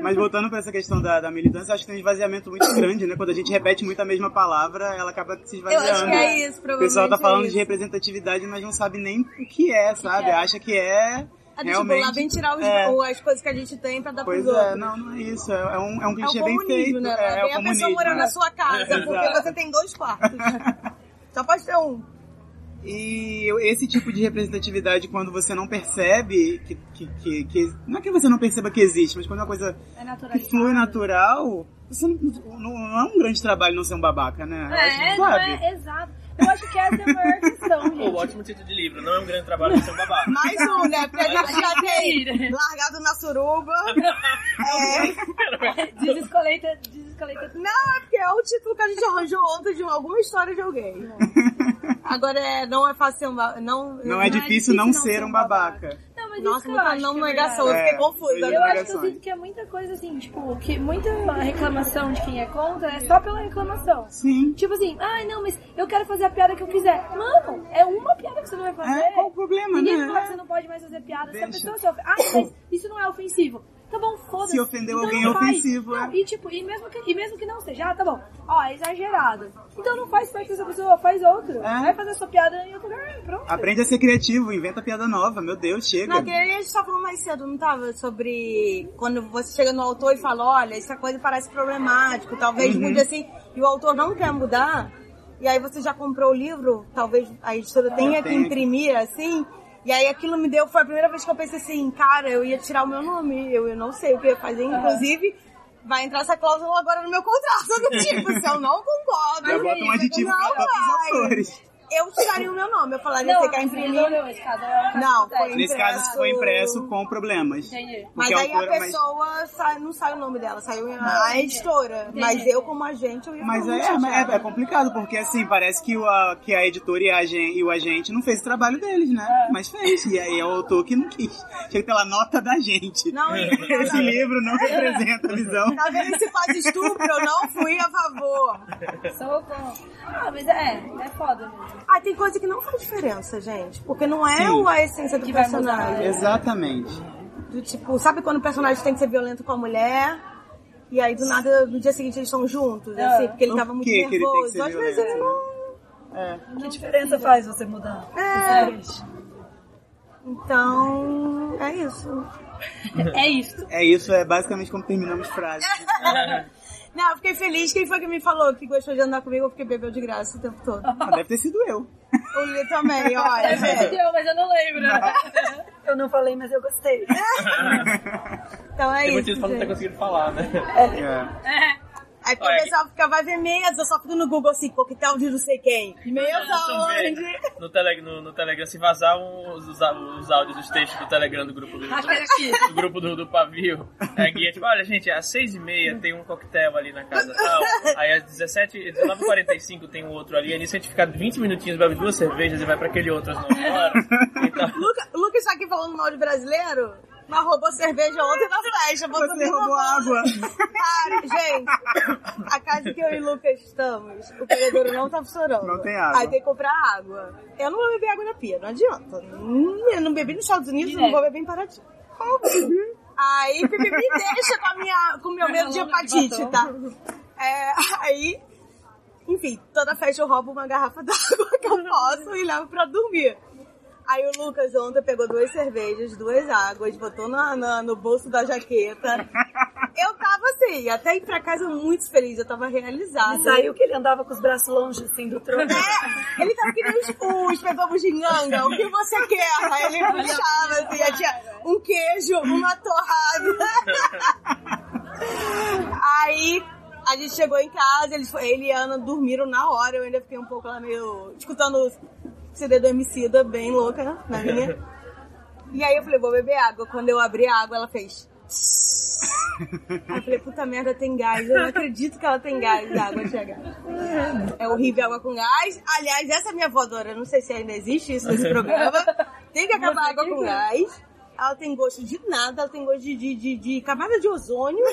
[SPEAKER 1] Mas voltando pra essa questão da, da militância, eu acho que tem um esvaziamento muito grande, né? Quando a gente repete muito a mesma palavra, ela acaba se
[SPEAKER 3] Eu
[SPEAKER 1] esvaziando.
[SPEAKER 3] acho que é isso,
[SPEAKER 1] O pessoal
[SPEAKER 3] provavelmente.
[SPEAKER 1] tá falando
[SPEAKER 3] é
[SPEAKER 1] de
[SPEAKER 3] isso.
[SPEAKER 1] representatividade, mas não sabe nem o que é, sabe?
[SPEAKER 2] é?
[SPEAKER 1] Acha que é.
[SPEAKER 3] Ah, deixa eu
[SPEAKER 1] realmente...
[SPEAKER 3] lá, vem tirar os-
[SPEAKER 1] É.
[SPEAKER 3] o- as coisas que a gente tem pra dar
[SPEAKER 1] Pois
[SPEAKER 3] pros
[SPEAKER 1] é,
[SPEAKER 3] outros.
[SPEAKER 1] não, não é isso. É é um, é um
[SPEAKER 3] É o
[SPEAKER 1] clichê bem
[SPEAKER 3] comunismo,
[SPEAKER 1] feito.
[SPEAKER 3] né?
[SPEAKER 1] É, é
[SPEAKER 3] vem
[SPEAKER 1] o
[SPEAKER 3] a pessoa
[SPEAKER 1] comunismo.
[SPEAKER 3] morando
[SPEAKER 1] né?
[SPEAKER 3] na sua casa, porque
[SPEAKER 1] Exato.
[SPEAKER 3] você tem dois quartos. Só pode ter um.
[SPEAKER 1] E eu- esse tipo de representatividade, quando você não percebe que, que, que, que- Não é que você não perceba que existe, mas quando é uma coisa
[SPEAKER 2] É
[SPEAKER 1] que
[SPEAKER 2] natural.
[SPEAKER 1] flui natural, você não, não- não é um grande trabalho não ser um babaca, né? Eu acho que
[SPEAKER 2] É, não
[SPEAKER 1] sabe?
[SPEAKER 2] é? Exato. Eu acho que essa é a maior questão,
[SPEAKER 4] Pô,
[SPEAKER 2] gente.
[SPEAKER 4] ótimo título de livro, não é um grande trabalho de ser um babá.
[SPEAKER 3] Mais um, né? Porque a gente já tem largado na suruba. É.
[SPEAKER 2] Desescoleta, desescoleta.
[SPEAKER 3] Não, é porque é o título que a gente arranjou ontem de alguma história de alguém.
[SPEAKER 1] é
[SPEAKER 3] Agora, é, não é fácil ser um ba- não,
[SPEAKER 1] Não é difícil não ser um babaca.
[SPEAKER 2] Não, mas isso
[SPEAKER 3] Nossa,
[SPEAKER 2] que eu
[SPEAKER 3] não, tá,
[SPEAKER 2] acho
[SPEAKER 3] não
[SPEAKER 2] que é
[SPEAKER 3] negação, eu
[SPEAKER 2] verdade.
[SPEAKER 3] fiquei
[SPEAKER 1] É,
[SPEAKER 3] confusa.
[SPEAKER 1] pois é.
[SPEAKER 2] Eu acho que eu
[SPEAKER 1] Negações.
[SPEAKER 2] sinto que é muita coisa assim, tipo, que muita reclamação de quem é contra é só pela reclamação.
[SPEAKER 1] Sim.
[SPEAKER 2] Tipo assim, ai não, mas eu quero fazer a piada que eu quiser. Mano, é uma piada que você não vai fazer.
[SPEAKER 1] É, qual o problema,
[SPEAKER 2] Ninguém
[SPEAKER 1] né?
[SPEAKER 2] fala que você não pode mais fazer piada. Se a
[SPEAKER 1] Deixa.
[SPEAKER 2] pessoa se ofe... Ah, mas isso não é ofensivo. tá bom, foda-se.
[SPEAKER 1] Se ofendeu
[SPEAKER 2] Então
[SPEAKER 1] alguém,
[SPEAKER 2] não
[SPEAKER 1] é
[SPEAKER 2] faz.
[SPEAKER 1] ofensivo,
[SPEAKER 2] Não,
[SPEAKER 1] é.
[SPEAKER 2] E tipo, e mesmo, que, e mesmo que não seja, ah, tá bom, ó, é exagerado. Então não faz perto dessa pessoa, faz outro.
[SPEAKER 1] É.
[SPEAKER 2] Vai fazer sua piada em outro lugar, pronto.
[SPEAKER 1] Aprende a ser criativo, inventa piada nova, meu Deus, chega.
[SPEAKER 3] Naquele a gente tava falando mais cedo, não tava? Sobre quando você chega no autor e fala, olha, essa coisa parece problemática, talvez
[SPEAKER 1] Uhum.
[SPEAKER 3] mude assim, e o autor não quer mudar, e aí você já comprou o livro, talvez a editora tenha que
[SPEAKER 1] tenho.
[SPEAKER 3] imprimir assim, e aí aquilo me deu, foi a primeira vez que eu pensei assim, cara, eu ia tirar o meu nome, eu, eu não sei o que eu ia fazer, inclusive... Vai entrar essa cláusula agora no meu contrato do tipo, se eu não concordo.
[SPEAKER 1] Aí bota um aditivo
[SPEAKER 3] não
[SPEAKER 1] pra todos os
[SPEAKER 3] vai.
[SPEAKER 1] autores.
[SPEAKER 3] Eu tiraria o meu nome, eu falaria,
[SPEAKER 2] Não,
[SPEAKER 3] você
[SPEAKER 2] mas
[SPEAKER 3] quer imprimir?
[SPEAKER 2] não, não, esse caso é-
[SPEAKER 3] Não,
[SPEAKER 2] acontece.
[SPEAKER 3] foi
[SPEAKER 1] Nesse
[SPEAKER 3] impresso.
[SPEAKER 1] caso, foi impresso com problemas.
[SPEAKER 2] Entendi.
[SPEAKER 1] Porque é
[SPEAKER 3] Mas aí
[SPEAKER 1] autora-
[SPEAKER 3] a pessoa sai- não sai o nome dela, saiu a editora. Mas eu, como agente, eu ia
[SPEAKER 1] Mas é,
[SPEAKER 3] falar,
[SPEAKER 1] é- é complicado, porque assim, parece que, o, a, que a editora e, a agen- e o agente não fez o trabalho deles, né? Mas fez. E aí é o autor que não quis. Tinha que ter lá nota da gente.
[SPEAKER 3] Não, e-
[SPEAKER 1] Esse livro não representa a visão.
[SPEAKER 3] Tá vendo esse faz estupro? Eu não fui a favor.
[SPEAKER 2] Sou com- Ah, mas é, é foda mesmo.
[SPEAKER 3] Ah, tem coisa que não faz diferença, gente. Porque não é
[SPEAKER 1] Sim.
[SPEAKER 3] a essência do
[SPEAKER 2] Que vai mudar,
[SPEAKER 3] personagem.
[SPEAKER 1] Exatamente.
[SPEAKER 3] Do tipo, sabe quando o personagem tem que ser violento com a mulher? E aí do nada, no dia seguinte, eles estão juntos,
[SPEAKER 2] É.
[SPEAKER 3] assim, porque ele
[SPEAKER 1] Por
[SPEAKER 3] tava muito
[SPEAKER 1] que que ele tem que
[SPEAKER 3] nervoso.
[SPEAKER 1] ser
[SPEAKER 3] Às vezes
[SPEAKER 1] violento?
[SPEAKER 3] ele não.
[SPEAKER 5] Que diferença faz você mudar?
[SPEAKER 3] É. Então, é isso.
[SPEAKER 2] É isso.
[SPEAKER 1] É isso, é basicamente como terminamos frases.
[SPEAKER 3] Não, eu fiquei feliz. Quem foi que me falou que gostou de andar comigo? Eu fiquei bebeu de graça o tempo todo.
[SPEAKER 1] Ah, deve ter sido eu.
[SPEAKER 3] O Lê também, é
[SPEAKER 4] É
[SPEAKER 3] olha, gente.
[SPEAKER 2] Deu, É mas eu não lembro.
[SPEAKER 5] Eu não falei, mas eu gostei.
[SPEAKER 3] Então é
[SPEAKER 4] Tem
[SPEAKER 3] isso.
[SPEAKER 4] motivo pra não ter
[SPEAKER 3] gente.
[SPEAKER 4] conseguido falar, né?
[SPEAKER 1] É.
[SPEAKER 3] Aí porque o
[SPEAKER 4] Olha,
[SPEAKER 3] pessoal fica, vai ver mesa, só fica no Google assim, coquetel de não sei quem. Mesa
[SPEAKER 4] Ah, Também,
[SPEAKER 3] onde?
[SPEAKER 4] No, tele, no, no Telegram, se vazar um- os, os, os áudios, os textos do Telegram do grupo do,
[SPEAKER 2] Rasga aqui.
[SPEAKER 4] do grupo do, do pavio, a guia, tipo, olha, gente, às seis e meia tem um coquetel ali na casa tal, aí às 17, 19h45 tem um outro ali, aí nisso a gente fica 20 minutinhos, bebe duas cervejas e vai pra aquele outro às 9 horas. Então,
[SPEAKER 3] Luca, Lucas tá aqui falando mal de brasileiro, mas roubou cerveja ontem na festa. botou
[SPEAKER 1] Você
[SPEAKER 3] bem
[SPEAKER 1] roubou
[SPEAKER 3] roubado.
[SPEAKER 1] água.
[SPEAKER 3] Cara, gente, a casa que eu e Lucas estamos, o bebedouro não tá funcionando.
[SPEAKER 1] Não tem água.
[SPEAKER 3] Aí tem que comprar água. Eu não vou beber água na pia, não adianta. Hum, Eu não bebi nos Estados Unidos,
[SPEAKER 2] Direto.
[SPEAKER 3] não vou beber em Paraty. Aí porque me deixa com, a minha, com o meu medo de hepatite, tá? É, aí, enfim, toda festa eu roubo uma garrafa d'água que eu posso e levo pra dormir. Aí o Lucas ontem pegou duas cervejas, duas águas, botou na, na- no bolso da jaqueta. Eu tava assim, até ir pra casa muito feliz, eu tava realizada.
[SPEAKER 5] Ele saiu que ele andava com os braços longe, assim, do tronco.
[SPEAKER 3] É, ele tava que nem os, os pegamos de ganga, o que você quer? Aí ele puxava, assim, aí tinha um queijo, uma torrada. Aí a gente chegou em casa, eles, foi- ele e a Ana dormiram na hora, eu ainda fiquei um pouco lá meio. escutando o CD do Emicida, bem louca, né, na minha. E aí eu falei, vou beber água. Quando eu abri a água, ela fez. Aí eu falei, puta merda, tem gás. Eu não acredito que ela tem gás, a água tinha gás. É horrível água com gás. Aliás, essa é minha voadora, não sei se ainda existe isso nesse programa. Tem que acabar a água com gás. Ela tem gosto de nada, ela tem gosto de, de, de, de camada de ozônio.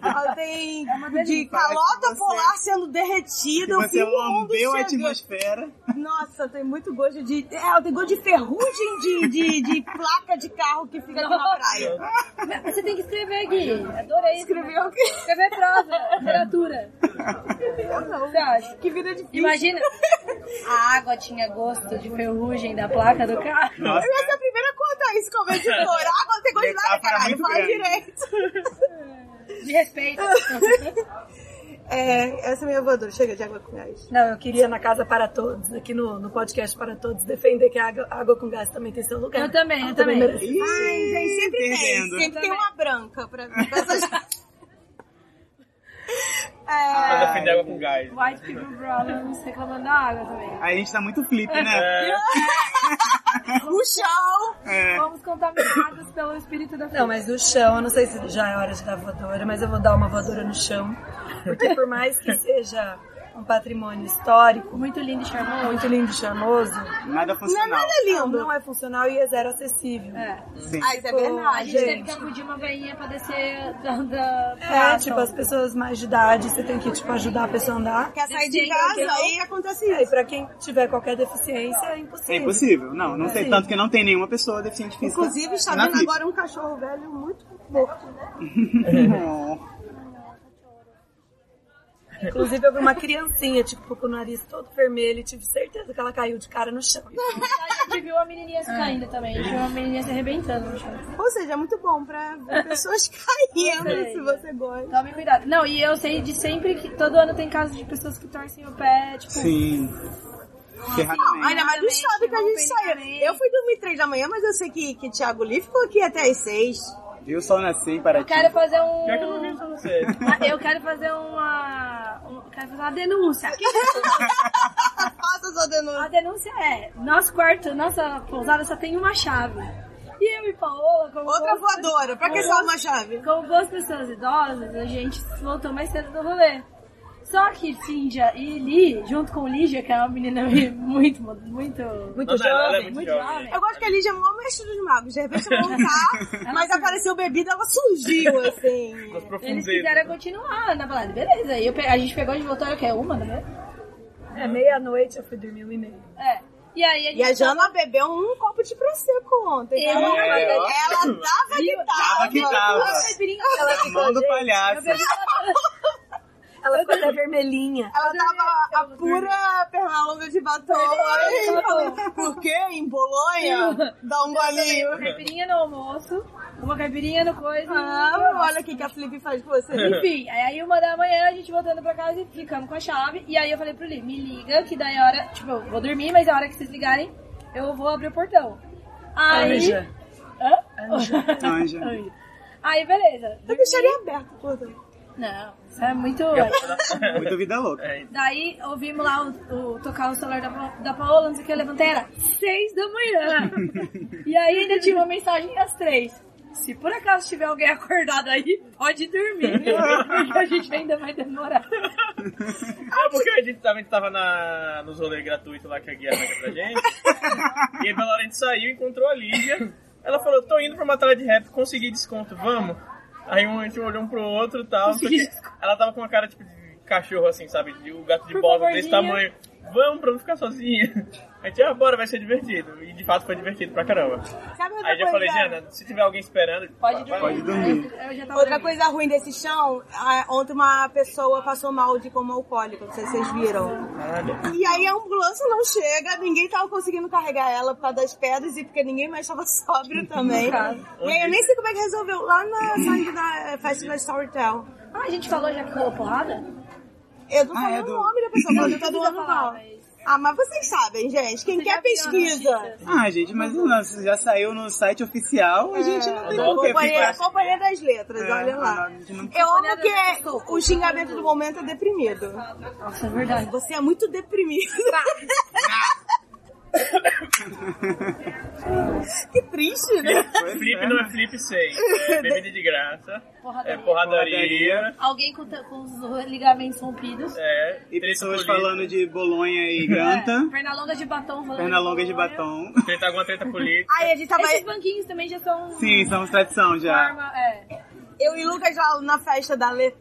[SPEAKER 3] Ela tem
[SPEAKER 1] É
[SPEAKER 3] de calota
[SPEAKER 1] Parece que você-
[SPEAKER 3] polar sendo derretida.
[SPEAKER 1] Que
[SPEAKER 3] o
[SPEAKER 1] você
[SPEAKER 3] fim do mundo
[SPEAKER 1] lambeu a
[SPEAKER 3] chegando.
[SPEAKER 1] atmosfera.
[SPEAKER 3] Nossa, tem muito gosto de. É, ela tem gosto de ferrugem de, de, de placa de carro que fica aqui na praia.
[SPEAKER 2] Você tem que escrever aqui. Adorei. né?
[SPEAKER 3] Escreveu o quê?
[SPEAKER 2] Escrever prosa, literatura. Você acha?
[SPEAKER 3] Que vida difícil.
[SPEAKER 2] Imagina, a água tinha gosto de ferrugem da placa do carro.
[SPEAKER 1] Nossa, é.
[SPEAKER 3] Eu ia ser a primeira a contar isso como editora. Ah, quando tem gosto de nada,
[SPEAKER 1] Metáfora
[SPEAKER 3] caralho,
[SPEAKER 1] muito
[SPEAKER 3] fala
[SPEAKER 1] grande.
[SPEAKER 3] direito.
[SPEAKER 2] De respeito.
[SPEAKER 3] É, essa é a minha voadora. Chega de água com gás.
[SPEAKER 5] Não, eu queria na Casa para Todos, aqui no, no podcast para todos, defender que a água, a água com gás também tem seu lugar.
[SPEAKER 2] Eu também, eu
[SPEAKER 5] Ela
[SPEAKER 2] também.
[SPEAKER 5] merece.
[SPEAKER 1] Ih,
[SPEAKER 3] Ai, gente, sempre
[SPEAKER 1] perdendo.
[SPEAKER 3] tem. Sempre tem
[SPEAKER 2] Também.
[SPEAKER 3] uma branca pra mim. pra essas-
[SPEAKER 4] pra defender água com gás.
[SPEAKER 2] White people problems reclamando da água também.
[SPEAKER 1] A gente tá muito flip, né?
[SPEAKER 4] É,
[SPEAKER 3] o chão.
[SPEAKER 1] É.
[SPEAKER 2] Fomos contaminados pelo espírito da
[SPEAKER 5] Não, mas o chão, eu não sei se já é hora de dar voadora, mas eu vou dar uma voadora no chão. Porque por mais que seja um patrimônio histórico
[SPEAKER 2] Muito lindo e charmoso.
[SPEAKER 5] muito lindo e charmoso,
[SPEAKER 1] Nada
[SPEAKER 3] Não é
[SPEAKER 1] funcional.
[SPEAKER 3] nada
[SPEAKER 5] não,
[SPEAKER 3] lindo.
[SPEAKER 5] não é funcional e é zero acessível.
[SPEAKER 2] É.
[SPEAKER 1] Sim.
[SPEAKER 3] Ah, isso é
[SPEAKER 5] Tipo,
[SPEAKER 2] A
[SPEAKER 3] verdade.
[SPEAKER 2] gente,
[SPEAKER 5] Gente.
[SPEAKER 2] teve que acudir uma veinha pra descer da. da
[SPEAKER 5] É,
[SPEAKER 2] praça.
[SPEAKER 5] tipo, as pessoas mais de idade, você tem que, tipo, ajudar a pessoa a andar.
[SPEAKER 3] Quer sair de
[SPEAKER 2] Sim,
[SPEAKER 3] casa,
[SPEAKER 2] entendeu?
[SPEAKER 3] aí acontece
[SPEAKER 5] É, E
[SPEAKER 3] isso.
[SPEAKER 5] pra quem tiver qualquer deficiência, é
[SPEAKER 1] É
[SPEAKER 5] impossível.
[SPEAKER 1] impossível. Não, não tem
[SPEAKER 5] Sim.
[SPEAKER 1] tanto que não tem nenhuma pessoa deficiente física.
[SPEAKER 3] É. Inclusive, está
[SPEAKER 1] na
[SPEAKER 3] vendo
[SPEAKER 1] vida.
[SPEAKER 3] agora um cachorro velho muito morto, né?
[SPEAKER 1] Não.
[SPEAKER 5] Inclusive, eu vi uma criancinha, tipo, com o nariz todo vermelho e tive certeza que ela caiu de cara no chão.
[SPEAKER 2] A gente viu a menininha se caindo também. A gente viu uma menininha se arrebentando no chão.
[SPEAKER 3] Ou seja, é muito bom pra ver pessoas caindo, se você gosta.
[SPEAKER 2] Tome cuidado. Não, e eu sei de sempre que todo ano tem casos de pessoas que torcem o pé, tipo,
[SPEAKER 1] Sim.
[SPEAKER 3] Não,
[SPEAKER 1] Ferramenta.
[SPEAKER 3] ainda mais do
[SPEAKER 2] Exatamente,
[SPEAKER 3] shopping que a gente
[SPEAKER 2] rompendo
[SPEAKER 3] saiu.
[SPEAKER 2] parede.
[SPEAKER 3] Eu fui dormir três da manhã, mas eu sei que, que Thiago Lee ficou aqui até as seis.
[SPEAKER 1] Eu só nasci para
[SPEAKER 2] eu quero
[SPEAKER 1] ti.
[SPEAKER 2] fazer um.
[SPEAKER 4] Pior que eu não vi isso pra você.
[SPEAKER 2] Ah, Eu quero fazer uma. um- quero fazer uma denúncia.
[SPEAKER 3] Faça sua
[SPEAKER 2] A
[SPEAKER 3] denúncia.
[SPEAKER 2] denúncia é: nosso quarto, nossa pousada só tem uma chave. E eu e Paola, como.
[SPEAKER 3] Outra
[SPEAKER 2] boas-
[SPEAKER 3] voadora. Pra que só uma chave?
[SPEAKER 2] Como boas pessoas idosas, a gente voltou mais cedo do rolê. Só que Cindia e Li, junto com Lígia, que é uma menina muito, muito, muito
[SPEAKER 4] Não, não, ela é
[SPEAKER 2] jovem,
[SPEAKER 4] muito
[SPEAKER 2] muito
[SPEAKER 4] jovem.
[SPEAKER 2] jovem.
[SPEAKER 3] Eu gosto que a Lígia é o maior mestre dos magos. De repente eu vou usar, mas apareceu bebida, ela surgiu, assim.
[SPEAKER 4] Com as
[SPEAKER 2] Eles
[SPEAKER 4] profundezas.
[SPEAKER 2] quiseram continuar na balada, beleza. Aí eu pe- a gente pegou de voltou, era o quê? Uma, não é?
[SPEAKER 5] É meia-noite, eu fui dormir um e meio.
[SPEAKER 2] É. E aí a gente.
[SPEAKER 3] E a Jana bebeu um copo de prosecco ontem.
[SPEAKER 2] Eu,
[SPEAKER 3] Ela,
[SPEAKER 2] na verdade,
[SPEAKER 3] ela dava que
[SPEAKER 2] Viu?
[SPEAKER 1] Tava
[SPEAKER 3] tava.
[SPEAKER 1] que tava.
[SPEAKER 2] eu bebi-
[SPEAKER 5] Ela ficou,
[SPEAKER 1] Mão do
[SPEAKER 5] gente,
[SPEAKER 2] eu
[SPEAKER 1] palhaço.
[SPEAKER 2] bebi-
[SPEAKER 5] Ela ficou até vermelhinha.
[SPEAKER 3] Ela tava a pura pernalonga de batom. Aí eu falei, por quê? Em Bolonha? Dá um
[SPEAKER 2] Uma
[SPEAKER 3] golinho.
[SPEAKER 2] caipirinha no almoço, uma caipirinha no coisa.
[SPEAKER 3] Ah, olha o que, que a Felipe faz com você.
[SPEAKER 2] Enfim, aí uma da manhã a gente voltando pra casa e ficamos com a chave. E aí eu falei pro Lee, me liga, que daí a hora. Tipo, eu vou dormir, mas a hora que vocês ligarem, eu vou abrir o portão. Aí.
[SPEAKER 5] Anja.
[SPEAKER 2] Hã?
[SPEAKER 1] Anja.
[SPEAKER 2] Anja. Aí, beleza.
[SPEAKER 3] Eu deixaria aberto, puta.
[SPEAKER 2] Não, isso é muito.
[SPEAKER 1] Muita vida louca.
[SPEAKER 4] É,
[SPEAKER 2] Daí ouvimos lá o, o- tocar o celular da, Pa- da Paola, não sei o que, eu levantei, era seis da manhã. e aí ainda tinha uma mensagem às três. Se por acaso tiver alguém acordado aí, pode dormir. porque a gente ainda vai demorar.
[SPEAKER 4] É porque a gente tava, a gente tava na, nos rolês gratuitos lá que a guia arranca pra gente. e aí pela hora a gente saiu, encontrou a Lígia. Ela falou, tô indo pra batalha de rap, consegui desconto, vamos? Aí um, a gente olhou um pro outro e tal.
[SPEAKER 2] Consegui
[SPEAKER 4] só que Ela tava com uma cara tipo de cachorro assim, sabe? De um gato de
[SPEAKER 2] Por
[SPEAKER 4] bola
[SPEAKER 2] favor,
[SPEAKER 4] desse
[SPEAKER 2] Lígia.
[SPEAKER 4] tamanho. Vamos pra não ficar sozinha. A gente, ah, bora, vai ser divertido. E de fato foi divertido pra caramba.
[SPEAKER 3] Sabe outra
[SPEAKER 4] Aí
[SPEAKER 3] coisa?
[SPEAKER 4] já falei, Jana, se tiver alguém esperando,
[SPEAKER 2] Pode dormir.
[SPEAKER 4] vai- vai.
[SPEAKER 1] Pode dormir.
[SPEAKER 2] Eu, eu já tava
[SPEAKER 4] é
[SPEAKER 3] Outra
[SPEAKER 2] dormindo.
[SPEAKER 3] coisa ruim desse chão, ah, ontem uma pessoa passou mal de coma alcoólico, não sei se vocês viram.
[SPEAKER 4] Caralho.
[SPEAKER 3] E aí a ambulância não chega, ninguém tava conseguindo carregar ela por causa das pedras e porque ninguém mais tava sóbrio também. e aí eu nem sei como é que resolveu, lá na sangue da Festival Storytel.
[SPEAKER 2] Ah, a gente falou já que rolou porrada?
[SPEAKER 3] Eu não
[SPEAKER 1] Ah,
[SPEAKER 3] falei
[SPEAKER 1] é
[SPEAKER 3] o
[SPEAKER 1] do-
[SPEAKER 3] nome da pessoa, tá mas eu tô
[SPEAKER 2] não
[SPEAKER 3] doando
[SPEAKER 2] precisa falar,
[SPEAKER 3] mal.
[SPEAKER 2] mas-
[SPEAKER 3] Ah, mas vocês sabem, gente, quem
[SPEAKER 2] Você já viu né,
[SPEAKER 3] quer
[SPEAKER 2] a
[SPEAKER 3] pesquisa.
[SPEAKER 2] notícia?
[SPEAKER 1] Ah, gente, mas o lance já saiu no site oficial, a gente não tem
[SPEAKER 4] é
[SPEAKER 1] por que
[SPEAKER 3] Companhia,
[SPEAKER 1] ficar.
[SPEAKER 3] Companhia das Letras,
[SPEAKER 1] É,
[SPEAKER 3] É. olha lá.
[SPEAKER 1] a gente não-
[SPEAKER 3] Eu amo
[SPEAKER 2] Companhia
[SPEAKER 3] É que
[SPEAKER 2] das Letras.
[SPEAKER 3] o xingamento do momento é deprimido.
[SPEAKER 2] tá? Nossa, é verdade.
[SPEAKER 3] Você é muito deprimido. que triste, né?
[SPEAKER 4] Flip não é flip sem. É bebida de graça.
[SPEAKER 2] Porradaria.
[SPEAKER 4] É porradaria.
[SPEAKER 2] Alguém com, ta- com os ligamentos rompidos.
[SPEAKER 4] É,
[SPEAKER 1] E
[SPEAKER 4] treta
[SPEAKER 1] pessoas
[SPEAKER 4] política.
[SPEAKER 1] falando de Bolonha e Granta,
[SPEAKER 2] Perna longa É, de batom. rolando
[SPEAKER 1] perna longa de
[SPEAKER 2] Bolonha.
[SPEAKER 1] batom.
[SPEAKER 4] Treta alguma treta política.
[SPEAKER 3] Aí a gente tava.
[SPEAKER 2] né? Ah, Esses banquinhos também já são...
[SPEAKER 1] Sim, somos tradição já.
[SPEAKER 2] Forma, é.
[SPEAKER 3] Eu e o Lucas lá na festa da Lê.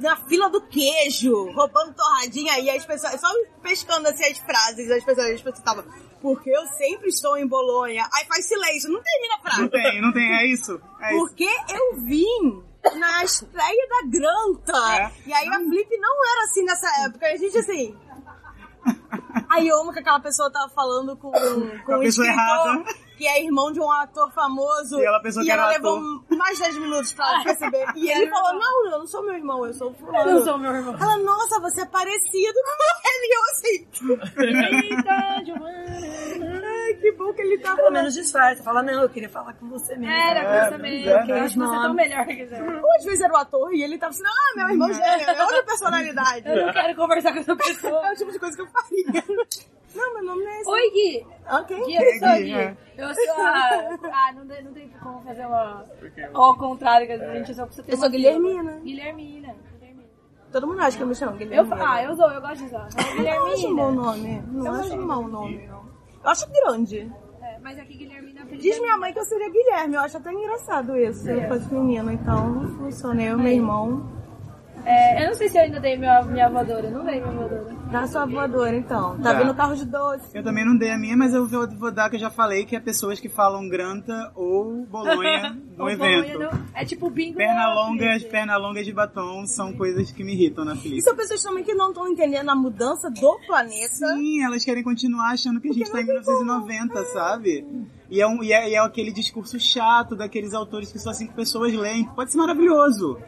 [SPEAKER 3] Na fila do queijo, roubando torradinha e as pessoas. Só pescando assim as frases, as pessoas, as pessoas estavam. Porque eu sempre estou em Bolonha. Aí faz silêncio, não termina a
[SPEAKER 1] Não
[SPEAKER 3] frase.
[SPEAKER 1] tem, não tem, é isso? É isso.
[SPEAKER 3] Porque eu vim na estreia da Granta.
[SPEAKER 1] É.
[SPEAKER 3] E aí a Flip não era assim nessa época. A gente assim. Aí eu amo que aquela pessoa tava falando com, com,
[SPEAKER 1] Com a
[SPEAKER 3] um
[SPEAKER 1] pessoa
[SPEAKER 3] escritor,
[SPEAKER 1] errada.
[SPEAKER 3] que é irmão de um ator famoso.
[SPEAKER 1] E ela pensou
[SPEAKER 3] e
[SPEAKER 1] que era
[SPEAKER 3] ela
[SPEAKER 1] um
[SPEAKER 3] levou
[SPEAKER 1] ator.
[SPEAKER 3] mais 10 minutos pra ela perceber. E ele falou: Não, eu não sou meu irmão, eu sou o fulano.
[SPEAKER 2] Eu não sou meu irmão.
[SPEAKER 3] Ela, nossa, você é parecido com ele. E eu assim.
[SPEAKER 2] Eita, Giovanna.
[SPEAKER 3] Ai, que bom que ele tava
[SPEAKER 5] Pelo
[SPEAKER 3] na
[SPEAKER 5] menos disfarça. Fala, não, eu queria falar com você mesmo.
[SPEAKER 2] Era, queria saber.
[SPEAKER 1] pois é,
[SPEAKER 2] porque eu
[SPEAKER 5] né?
[SPEAKER 2] acho que você é tão melhor que quiser.
[SPEAKER 3] Ou às vezes era o ator e ele tava assim: Ah, meu irmão gêmeo, é outra personalidade.
[SPEAKER 2] Eu não quero conversar com essa
[SPEAKER 3] É
[SPEAKER 2] pessoa.
[SPEAKER 3] o tipo de coisa que eu faria. Não, meu nome não é esse.
[SPEAKER 2] Oi, Gui.
[SPEAKER 3] Ok.
[SPEAKER 2] Gui, eu sou a
[SPEAKER 1] Gui, é.
[SPEAKER 2] Gui. Eu sou a... Ah, não, tem- não tem como fazer uma... Ao contrário, que a gente é só precisa ter
[SPEAKER 3] Eu sou
[SPEAKER 2] uma-
[SPEAKER 3] Guilhermina.
[SPEAKER 2] Guilhermina. Guilhermina.
[SPEAKER 3] Todo mundo acha que eu me chamo Guilherme.
[SPEAKER 2] Eu, fa- ah, eu dou, eu gosto de usar. Fala
[SPEAKER 3] Eu não acho um bom
[SPEAKER 2] Guilhermina.
[SPEAKER 3] nome. Não
[SPEAKER 2] Eu
[SPEAKER 3] acho
[SPEAKER 2] não
[SPEAKER 3] um mau nome, não. Eu acho grande.
[SPEAKER 2] É, mas aqui Guilhermina apelido
[SPEAKER 3] Diz
[SPEAKER 2] é-
[SPEAKER 3] minha mãe que eu seria Guilherme. Eu acho até engraçado isso. Eu fosse menina, então não funciona. Eu, meu irmão.
[SPEAKER 2] É, eu não sei se eu ainda dei minha, minha voadora, eu não dei minha voadora.
[SPEAKER 3] Dá sua Tá voadora, então. Tá
[SPEAKER 4] Dá.
[SPEAKER 3] vindo carro de doce.
[SPEAKER 1] Eu também não dei a minha, mas eu vou, vou dar que eu já falei que é pessoas que falam granta ou bolonha no
[SPEAKER 2] Ou
[SPEAKER 1] Um evento.
[SPEAKER 2] Bolonha não- É tipo bingo.
[SPEAKER 1] Perna
[SPEAKER 2] ou
[SPEAKER 1] longas,
[SPEAKER 2] Felipe.
[SPEAKER 1] perna longas de batom são coisas que me irritam na
[SPEAKER 3] E
[SPEAKER 1] Felipe.
[SPEAKER 3] são pessoas também que não estão entendendo a mudança do planeta.
[SPEAKER 1] Sim, elas querem continuar achando que a gente está em 1990, sabe? E é, um, e, é, e é aquele discurso chato daqueles autores que só cinco pessoas leem. Pode ser maravilhoso,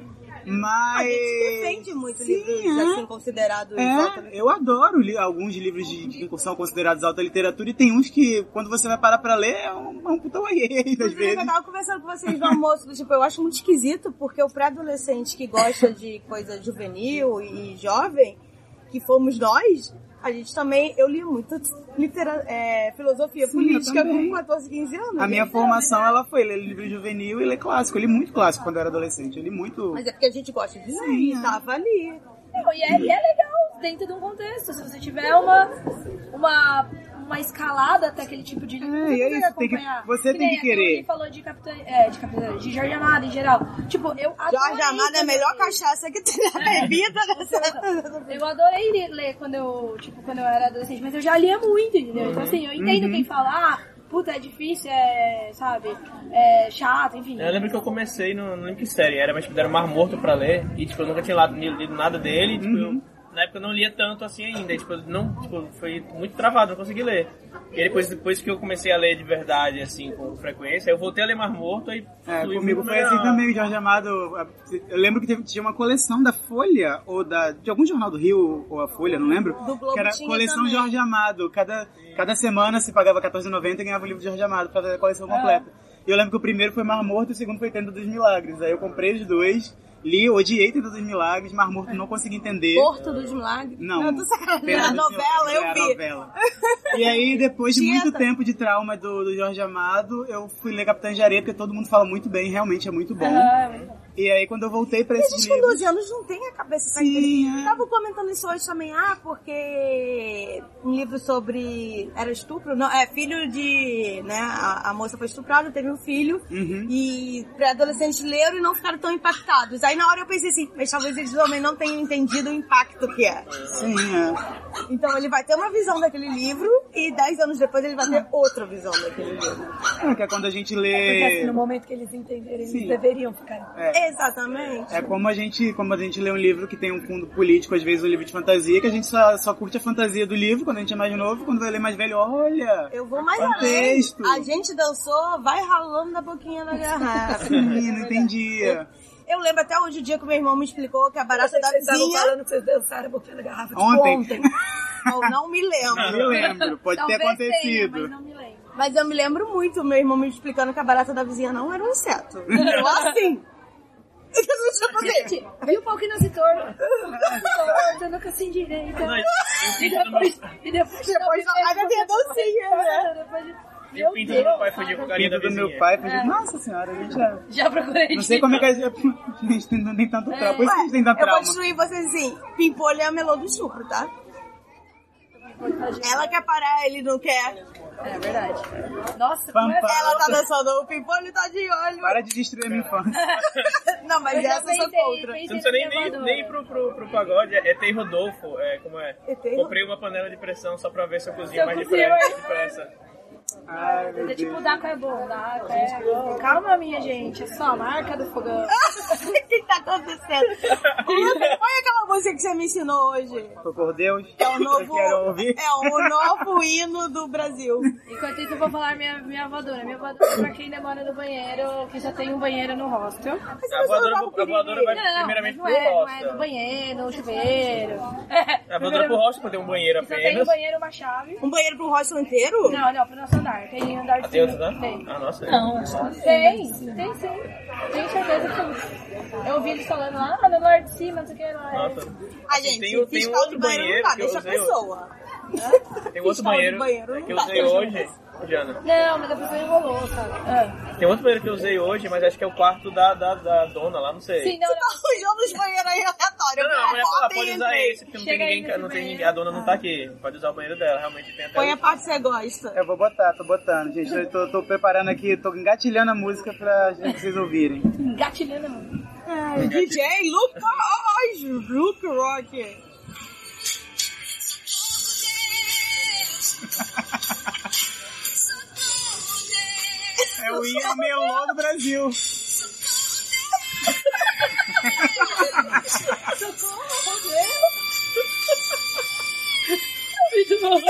[SPEAKER 3] A gente
[SPEAKER 1] mas...
[SPEAKER 3] defende muito
[SPEAKER 1] Sim,
[SPEAKER 3] livros
[SPEAKER 1] é.
[SPEAKER 3] assim considerados
[SPEAKER 1] É, eu adoro li- alguns livros de, de que são considerados alta literatura e tem uns que, quando você vai parar pra ler, é um, é né? um puta uaiê, às
[SPEAKER 3] Inclusive, eu
[SPEAKER 1] vezes.
[SPEAKER 3] tava conversando com vocês no almoço, do tipo, eu acho muito esquisito, porque o pré-adolescente que gosta de coisa juvenil e jovem, que fomos nós, a gente também, eu li muito litera, é, filosofia
[SPEAKER 1] Sim,
[SPEAKER 3] política
[SPEAKER 1] eu também.
[SPEAKER 3] com 14, 15 anos. então,
[SPEAKER 1] A minha
[SPEAKER 3] gente.
[SPEAKER 1] formação, ela foi ler livro juvenil e ler clássico. Eu li muito clássico quando eu era adolescente. Eu li muito...
[SPEAKER 3] Mas é porque a gente gosta de ler,
[SPEAKER 1] é.
[SPEAKER 3] tava ali.
[SPEAKER 2] Não, e, é, e é legal dentro de um contexto. Se você tiver uma, uma, uma escalada até aquele tipo de livro,
[SPEAKER 1] É,
[SPEAKER 2] você
[SPEAKER 1] e é
[SPEAKER 2] consegue
[SPEAKER 1] isso, tem que-
[SPEAKER 2] acompanhar.
[SPEAKER 1] você tem
[SPEAKER 2] nem
[SPEAKER 1] que querer.
[SPEAKER 2] Ele falou de Capitã, é, de Capitã, de Jorge Amado em geral. Tipo, eu adorei.
[SPEAKER 3] Jorge Amado é a melhor
[SPEAKER 2] também.
[SPEAKER 3] cachaça que tem na
[SPEAKER 1] É.
[SPEAKER 3] bebida nessa...
[SPEAKER 2] Eu adorei ler- ler quando eu, tipo, quando eu era adolescente, mas eu já lia muito, entendeu? Então assim, eu
[SPEAKER 4] Uhum.
[SPEAKER 2] entendo quem fala, ah, puta, é difícil, é, sabe, é chato, enfim.
[SPEAKER 4] Eu lembro que eu comecei, no, não lembro que série era, mas tipo, deram Mar Morto pra ler, e tipo, eu nunca tinha lado- lido, nada dele, e, tipo,
[SPEAKER 1] Uhum.
[SPEAKER 4] eu, na época eu não lia tanto assim ainda, e, tipo, eu não, tipo, foi muito travado, não consegui ler. E aí, depois, depois que eu comecei a ler de verdade, assim, com frequência, eu voltei a ler Mar Morto e
[SPEAKER 1] É,
[SPEAKER 4] fluiu
[SPEAKER 1] comigo
[SPEAKER 4] muito
[SPEAKER 1] foi assim
[SPEAKER 4] melhor.
[SPEAKER 1] também, o Jorge Amado. Eu lembro que teve, tinha uma coleção da Folha, ou da, de algum jornal do Rio, ou a Folha, não lembro.
[SPEAKER 3] Do Globo
[SPEAKER 1] que era
[SPEAKER 3] tinha
[SPEAKER 1] coleção
[SPEAKER 3] também.
[SPEAKER 1] Jorge Amado. Cada, cada semana se pagava R$14,90 e ganhava o livro de Jorge Amado pra fazer a coleção
[SPEAKER 3] É.
[SPEAKER 1] completa. E eu lembro que o primeiro foi Mar Morto e o segundo foi Tenda dos Milagres. Aí eu comprei os dois, li, odiei Tenda dos Milagres, Mar Morto não consegui entender.
[SPEAKER 3] Porto dos Milagres.
[SPEAKER 1] Não.
[SPEAKER 3] Não, tô sacanagem.
[SPEAKER 1] Pena
[SPEAKER 3] A
[SPEAKER 1] do
[SPEAKER 3] novela,
[SPEAKER 1] Senhor,
[SPEAKER 3] eu
[SPEAKER 1] é,
[SPEAKER 3] vi.
[SPEAKER 1] a novela. E aí, depois de
[SPEAKER 3] Tieta.
[SPEAKER 1] muito tempo de trauma do, do Jorge Amado, eu fui ler Capitã de Areia, porque todo mundo fala muito bem, realmente é muito bom.
[SPEAKER 2] Ah, é muito bom.
[SPEAKER 1] E aí, quando eu voltei pra
[SPEAKER 3] E a
[SPEAKER 1] esses
[SPEAKER 3] gente com
[SPEAKER 1] livros...
[SPEAKER 3] 12 anos não tem a cabeça
[SPEAKER 1] Sim,
[SPEAKER 3] saída.
[SPEAKER 1] é.
[SPEAKER 3] Tava comentando isso hoje também, ah, porque um livro sobre. Era estupro? Não, é filho de. né? A, a moça foi estuprada, teve um filho.
[SPEAKER 1] Uhum.
[SPEAKER 3] E pré-adolescentes leram e não ficaram tão impactados. Aí na hora eu pensei assim, mas talvez eles também não tenham entendido o impacto que é.
[SPEAKER 1] Sim, é.
[SPEAKER 3] Então ele vai ter uma visão daquele livro e 10 anos depois ele vai ter outra visão daquele livro.
[SPEAKER 1] É que é quando a gente
[SPEAKER 5] Porque assim,
[SPEAKER 1] lê...
[SPEAKER 5] no momento que eles entenderem,
[SPEAKER 1] Sim.
[SPEAKER 5] eles deveriam ficar.
[SPEAKER 1] É.
[SPEAKER 3] Exatamente.
[SPEAKER 1] É como a gente, como a gente lê um livro que tem um fundo político, às vezes um livro de fantasia, que a gente só, só curte a fantasia do livro quando a gente é mais novo, quando vai ler mais velho, olha!
[SPEAKER 3] Eu vou mais além.
[SPEAKER 1] Contexto.
[SPEAKER 3] A gente dançou, vai ralando na boquinha da garrafa.
[SPEAKER 1] Sim, não entendia.
[SPEAKER 3] Eu lembro até hoje o dia que meu irmão me explicou que a barata da
[SPEAKER 5] vocês estavam
[SPEAKER 3] vizinha.
[SPEAKER 5] falando que vocês dançaram a boquinha da garrafa tipo,
[SPEAKER 1] Ontem.
[SPEAKER 5] ontem.
[SPEAKER 3] Eu não me
[SPEAKER 1] Não
[SPEAKER 3] lembro.
[SPEAKER 1] me lembro, pode ter
[SPEAKER 2] Talvez tenha,
[SPEAKER 1] acontecido.
[SPEAKER 2] mas não me lembro.
[SPEAKER 3] Mas eu me lembro muito meu irmão me explicando que a barata da vizinha não era um inseto. Tipo Eu assim. Eu não tinha poder.
[SPEAKER 2] Gente, viu o pau que nasce torto? Você nunca assim direito.
[SPEAKER 4] Não, e-
[SPEAKER 2] E
[SPEAKER 4] e
[SPEAKER 2] depois, e depois,
[SPEAKER 3] Depois
[SPEAKER 2] não,
[SPEAKER 3] a vaga tem a dancinha, né?
[SPEAKER 2] Depois de-
[SPEAKER 4] E o pinto do meu pai
[SPEAKER 2] cara.
[SPEAKER 4] fugiu com a
[SPEAKER 1] O
[SPEAKER 4] carinha da
[SPEAKER 1] livro do
[SPEAKER 4] vizinha.
[SPEAKER 1] meu pai, eu
[SPEAKER 3] É.
[SPEAKER 1] falei, nossa senhora, a gente já...
[SPEAKER 2] Já procurei.
[SPEAKER 1] Não sei como é que a gente, a gente não tem tanto trauma. Por isso que a gente tem tanto
[SPEAKER 3] É, Eu vou
[SPEAKER 1] trauma.
[SPEAKER 3] destruir vocês assim. Pimpolho é a melô do churro, tá?
[SPEAKER 2] É
[SPEAKER 3] Ela quer parar, ele não quer.
[SPEAKER 2] É verdade. Nossa,
[SPEAKER 1] Pam,
[SPEAKER 2] como é-
[SPEAKER 1] pam.
[SPEAKER 3] Ela tá dançando, o pimpolho tá de olho.
[SPEAKER 1] Para de destruir a minha infância.
[SPEAKER 3] Não, mas
[SPEAKER 2] Eu já
[SPEAKER 3] essa eu sou
[SPEAKER 2] pensei- é
[SPEAKER 3] contra.
[SPEAKER 2] pensei
[SPEAKER 4] Você não precisa nem,
[SPEAKER 2] na
[SPEAKER 4] nem,
[SPEAKER 2] gravadora.
[SPEAKER 4] nem pro, pro, pro pagode, é Tem Rodolfo, é, como é?
[SPEAKER 3] E.T.
[SPEAKER 4] Comprei uma panela de pressão só pra ver se eu
[SPEAKER 2] Se
[SPEAKER 4] cozinho
[SPEAKER 2] eu
[SPEAKER 4] mais
[SPEAKER 2] cozinho
[SPEAKER 4] depressa.
[SPEAKER 2] mais.
[SPEAKER 4] depressa.
[SPEAKER 1] Ai, meu
[SPEAKER 2] É
[SPEAKER 1] Deus.
[SPEAKER 2] tipo, da água é bom, da água é bom. Calma, minha gente, é só a marca do fogão.
[SPEAKER 3] O que tá acontecendo? Olha aquela música que você me ensinou hoje.
[SPEAKER 1] Tô por Deus.
[SPEAKER 3] É o novo,
[SPEAKER 1] Eu quero ouvir.
[SPEAKER 3] é o novo hino do Brasil.
[SPEAKER 2] Enquanto isso, eu vou falar minha, minha voadora. Minha voadora é pra quem demora no banheiro, que já tem um banheiro no hostel.
[SPEAKER 4] A voadora, a voadora vai
[SPEAKER 2] Não, não, mas
[SPEAKER 4] primeiramente
[SPEAKER 2] não
[SPEAKER 4] pro
[SPEAKER 2] é, não é
[SPEAKER 4] roça.
[SPEAKER 2] no banheiro, no chuveiro. É,
[SPEAKER 4] A voadora pro rocha pra ter um banheiro
[SPEAKER 2] Só tem um
[SPEAKER 4] apenas.
[SPEAKER 2] banheiro, uma chave.
[SPEAKER 3] Um banheiro pro hostel inteiro?
[SPEAKER 2] Não, não, pro nosso andar. Tem um andar de
[SPEAKER 4] Ah, tem outro, né?
[SPEAKER 2] Tem.
[SPEAKER 4] Ah, nossa.
[SPEAKER 2] Tem, tem sim. Tenho certeza que eu- eu ouvi eles falando lá, ah, no andar de cima, não é." sei o que lá.
[SPEAKER 4] Nossa.
[SPEAKER 3] Ah, gente,
[SPEAKER 4] Tem o- tem
[SPEAKER 3] fiscal
[SPEAKER 4] outro
[SPEAKER 3] do banheiro,
[SPEAKER 4] banheiro
[SPEAKER 3] não dá,
[SPEAKER 4] que eu
[SPEAKER 3] deixa a
[SPEAKER 4] usei hoje.
[SPEAKER 3] pessoa.
[SPEAKER 4] Tem
[SPEAKER 3] Fiscal
[SPEAKER 4] outro
[SPEAKER 3] de
[SPEAKER 4] banheiro
[SPEAKER 3] banheiro,
[SPEAKER 4] que
[SPEAKER 3] não
[SPEAKER 4] eu
[SPEAKER 3] tá dá.
[SPEAKER 4] usei hoje, Jana.
[SPEAKER 2] Não, mas a pessoa enrolou, sabe? Ah.
[SPEAKER 4] Tem outro banheiro que eu usei hoje, mas acho que é o quarto da, da, da dona lá, não sei.
[SPEAKER 2] Sim, não,
[SPEAKER 3] Você
[SPEAKER 2] não.
[SPEAKER 3] tá arranjando os banheiros aí aleatório.
[SPEAKER 4] Não, não, a mulher falou, ah,
[SPEAKER 3] bota
[SPEAKER 4] pode
[SPEAKER 3] e
[SPEAKER 4] usar
[SPEAKER 3] entrei.
[SPEAKER 4] esse, porque não
[SPEAKER 2] Chega
[SPEAKER 4] tem
[SPEAKER 2] aí
[SPEAKER 4] ninguém,
[SPEAKER 2] nesse
[SPEAKER 4] não tem ninguém,
[SPEAKER 2] banheiro. Ah.
[SPEAKER 4] a dona não tá aqui. Pode usar o banheiro dela, realmente tem até...
[SPEAKER 3] Põe a parte que você gosta.
[SPEAKER 4] É
[SPEAKER 1] Eu vou botar, tô botando, gente. Eu tô, tô preparando aqui, tô engatilhando a música pra vocês ouvirem.
[SPEAKER 2] Engatilhando a mão.
[SPEAKER 3] Ai, DJ Luca Rock. Luca Rock.
[SPEAKER 1] É o Ia Melô do Brasil.
[SPEAKER 2] Muito bom.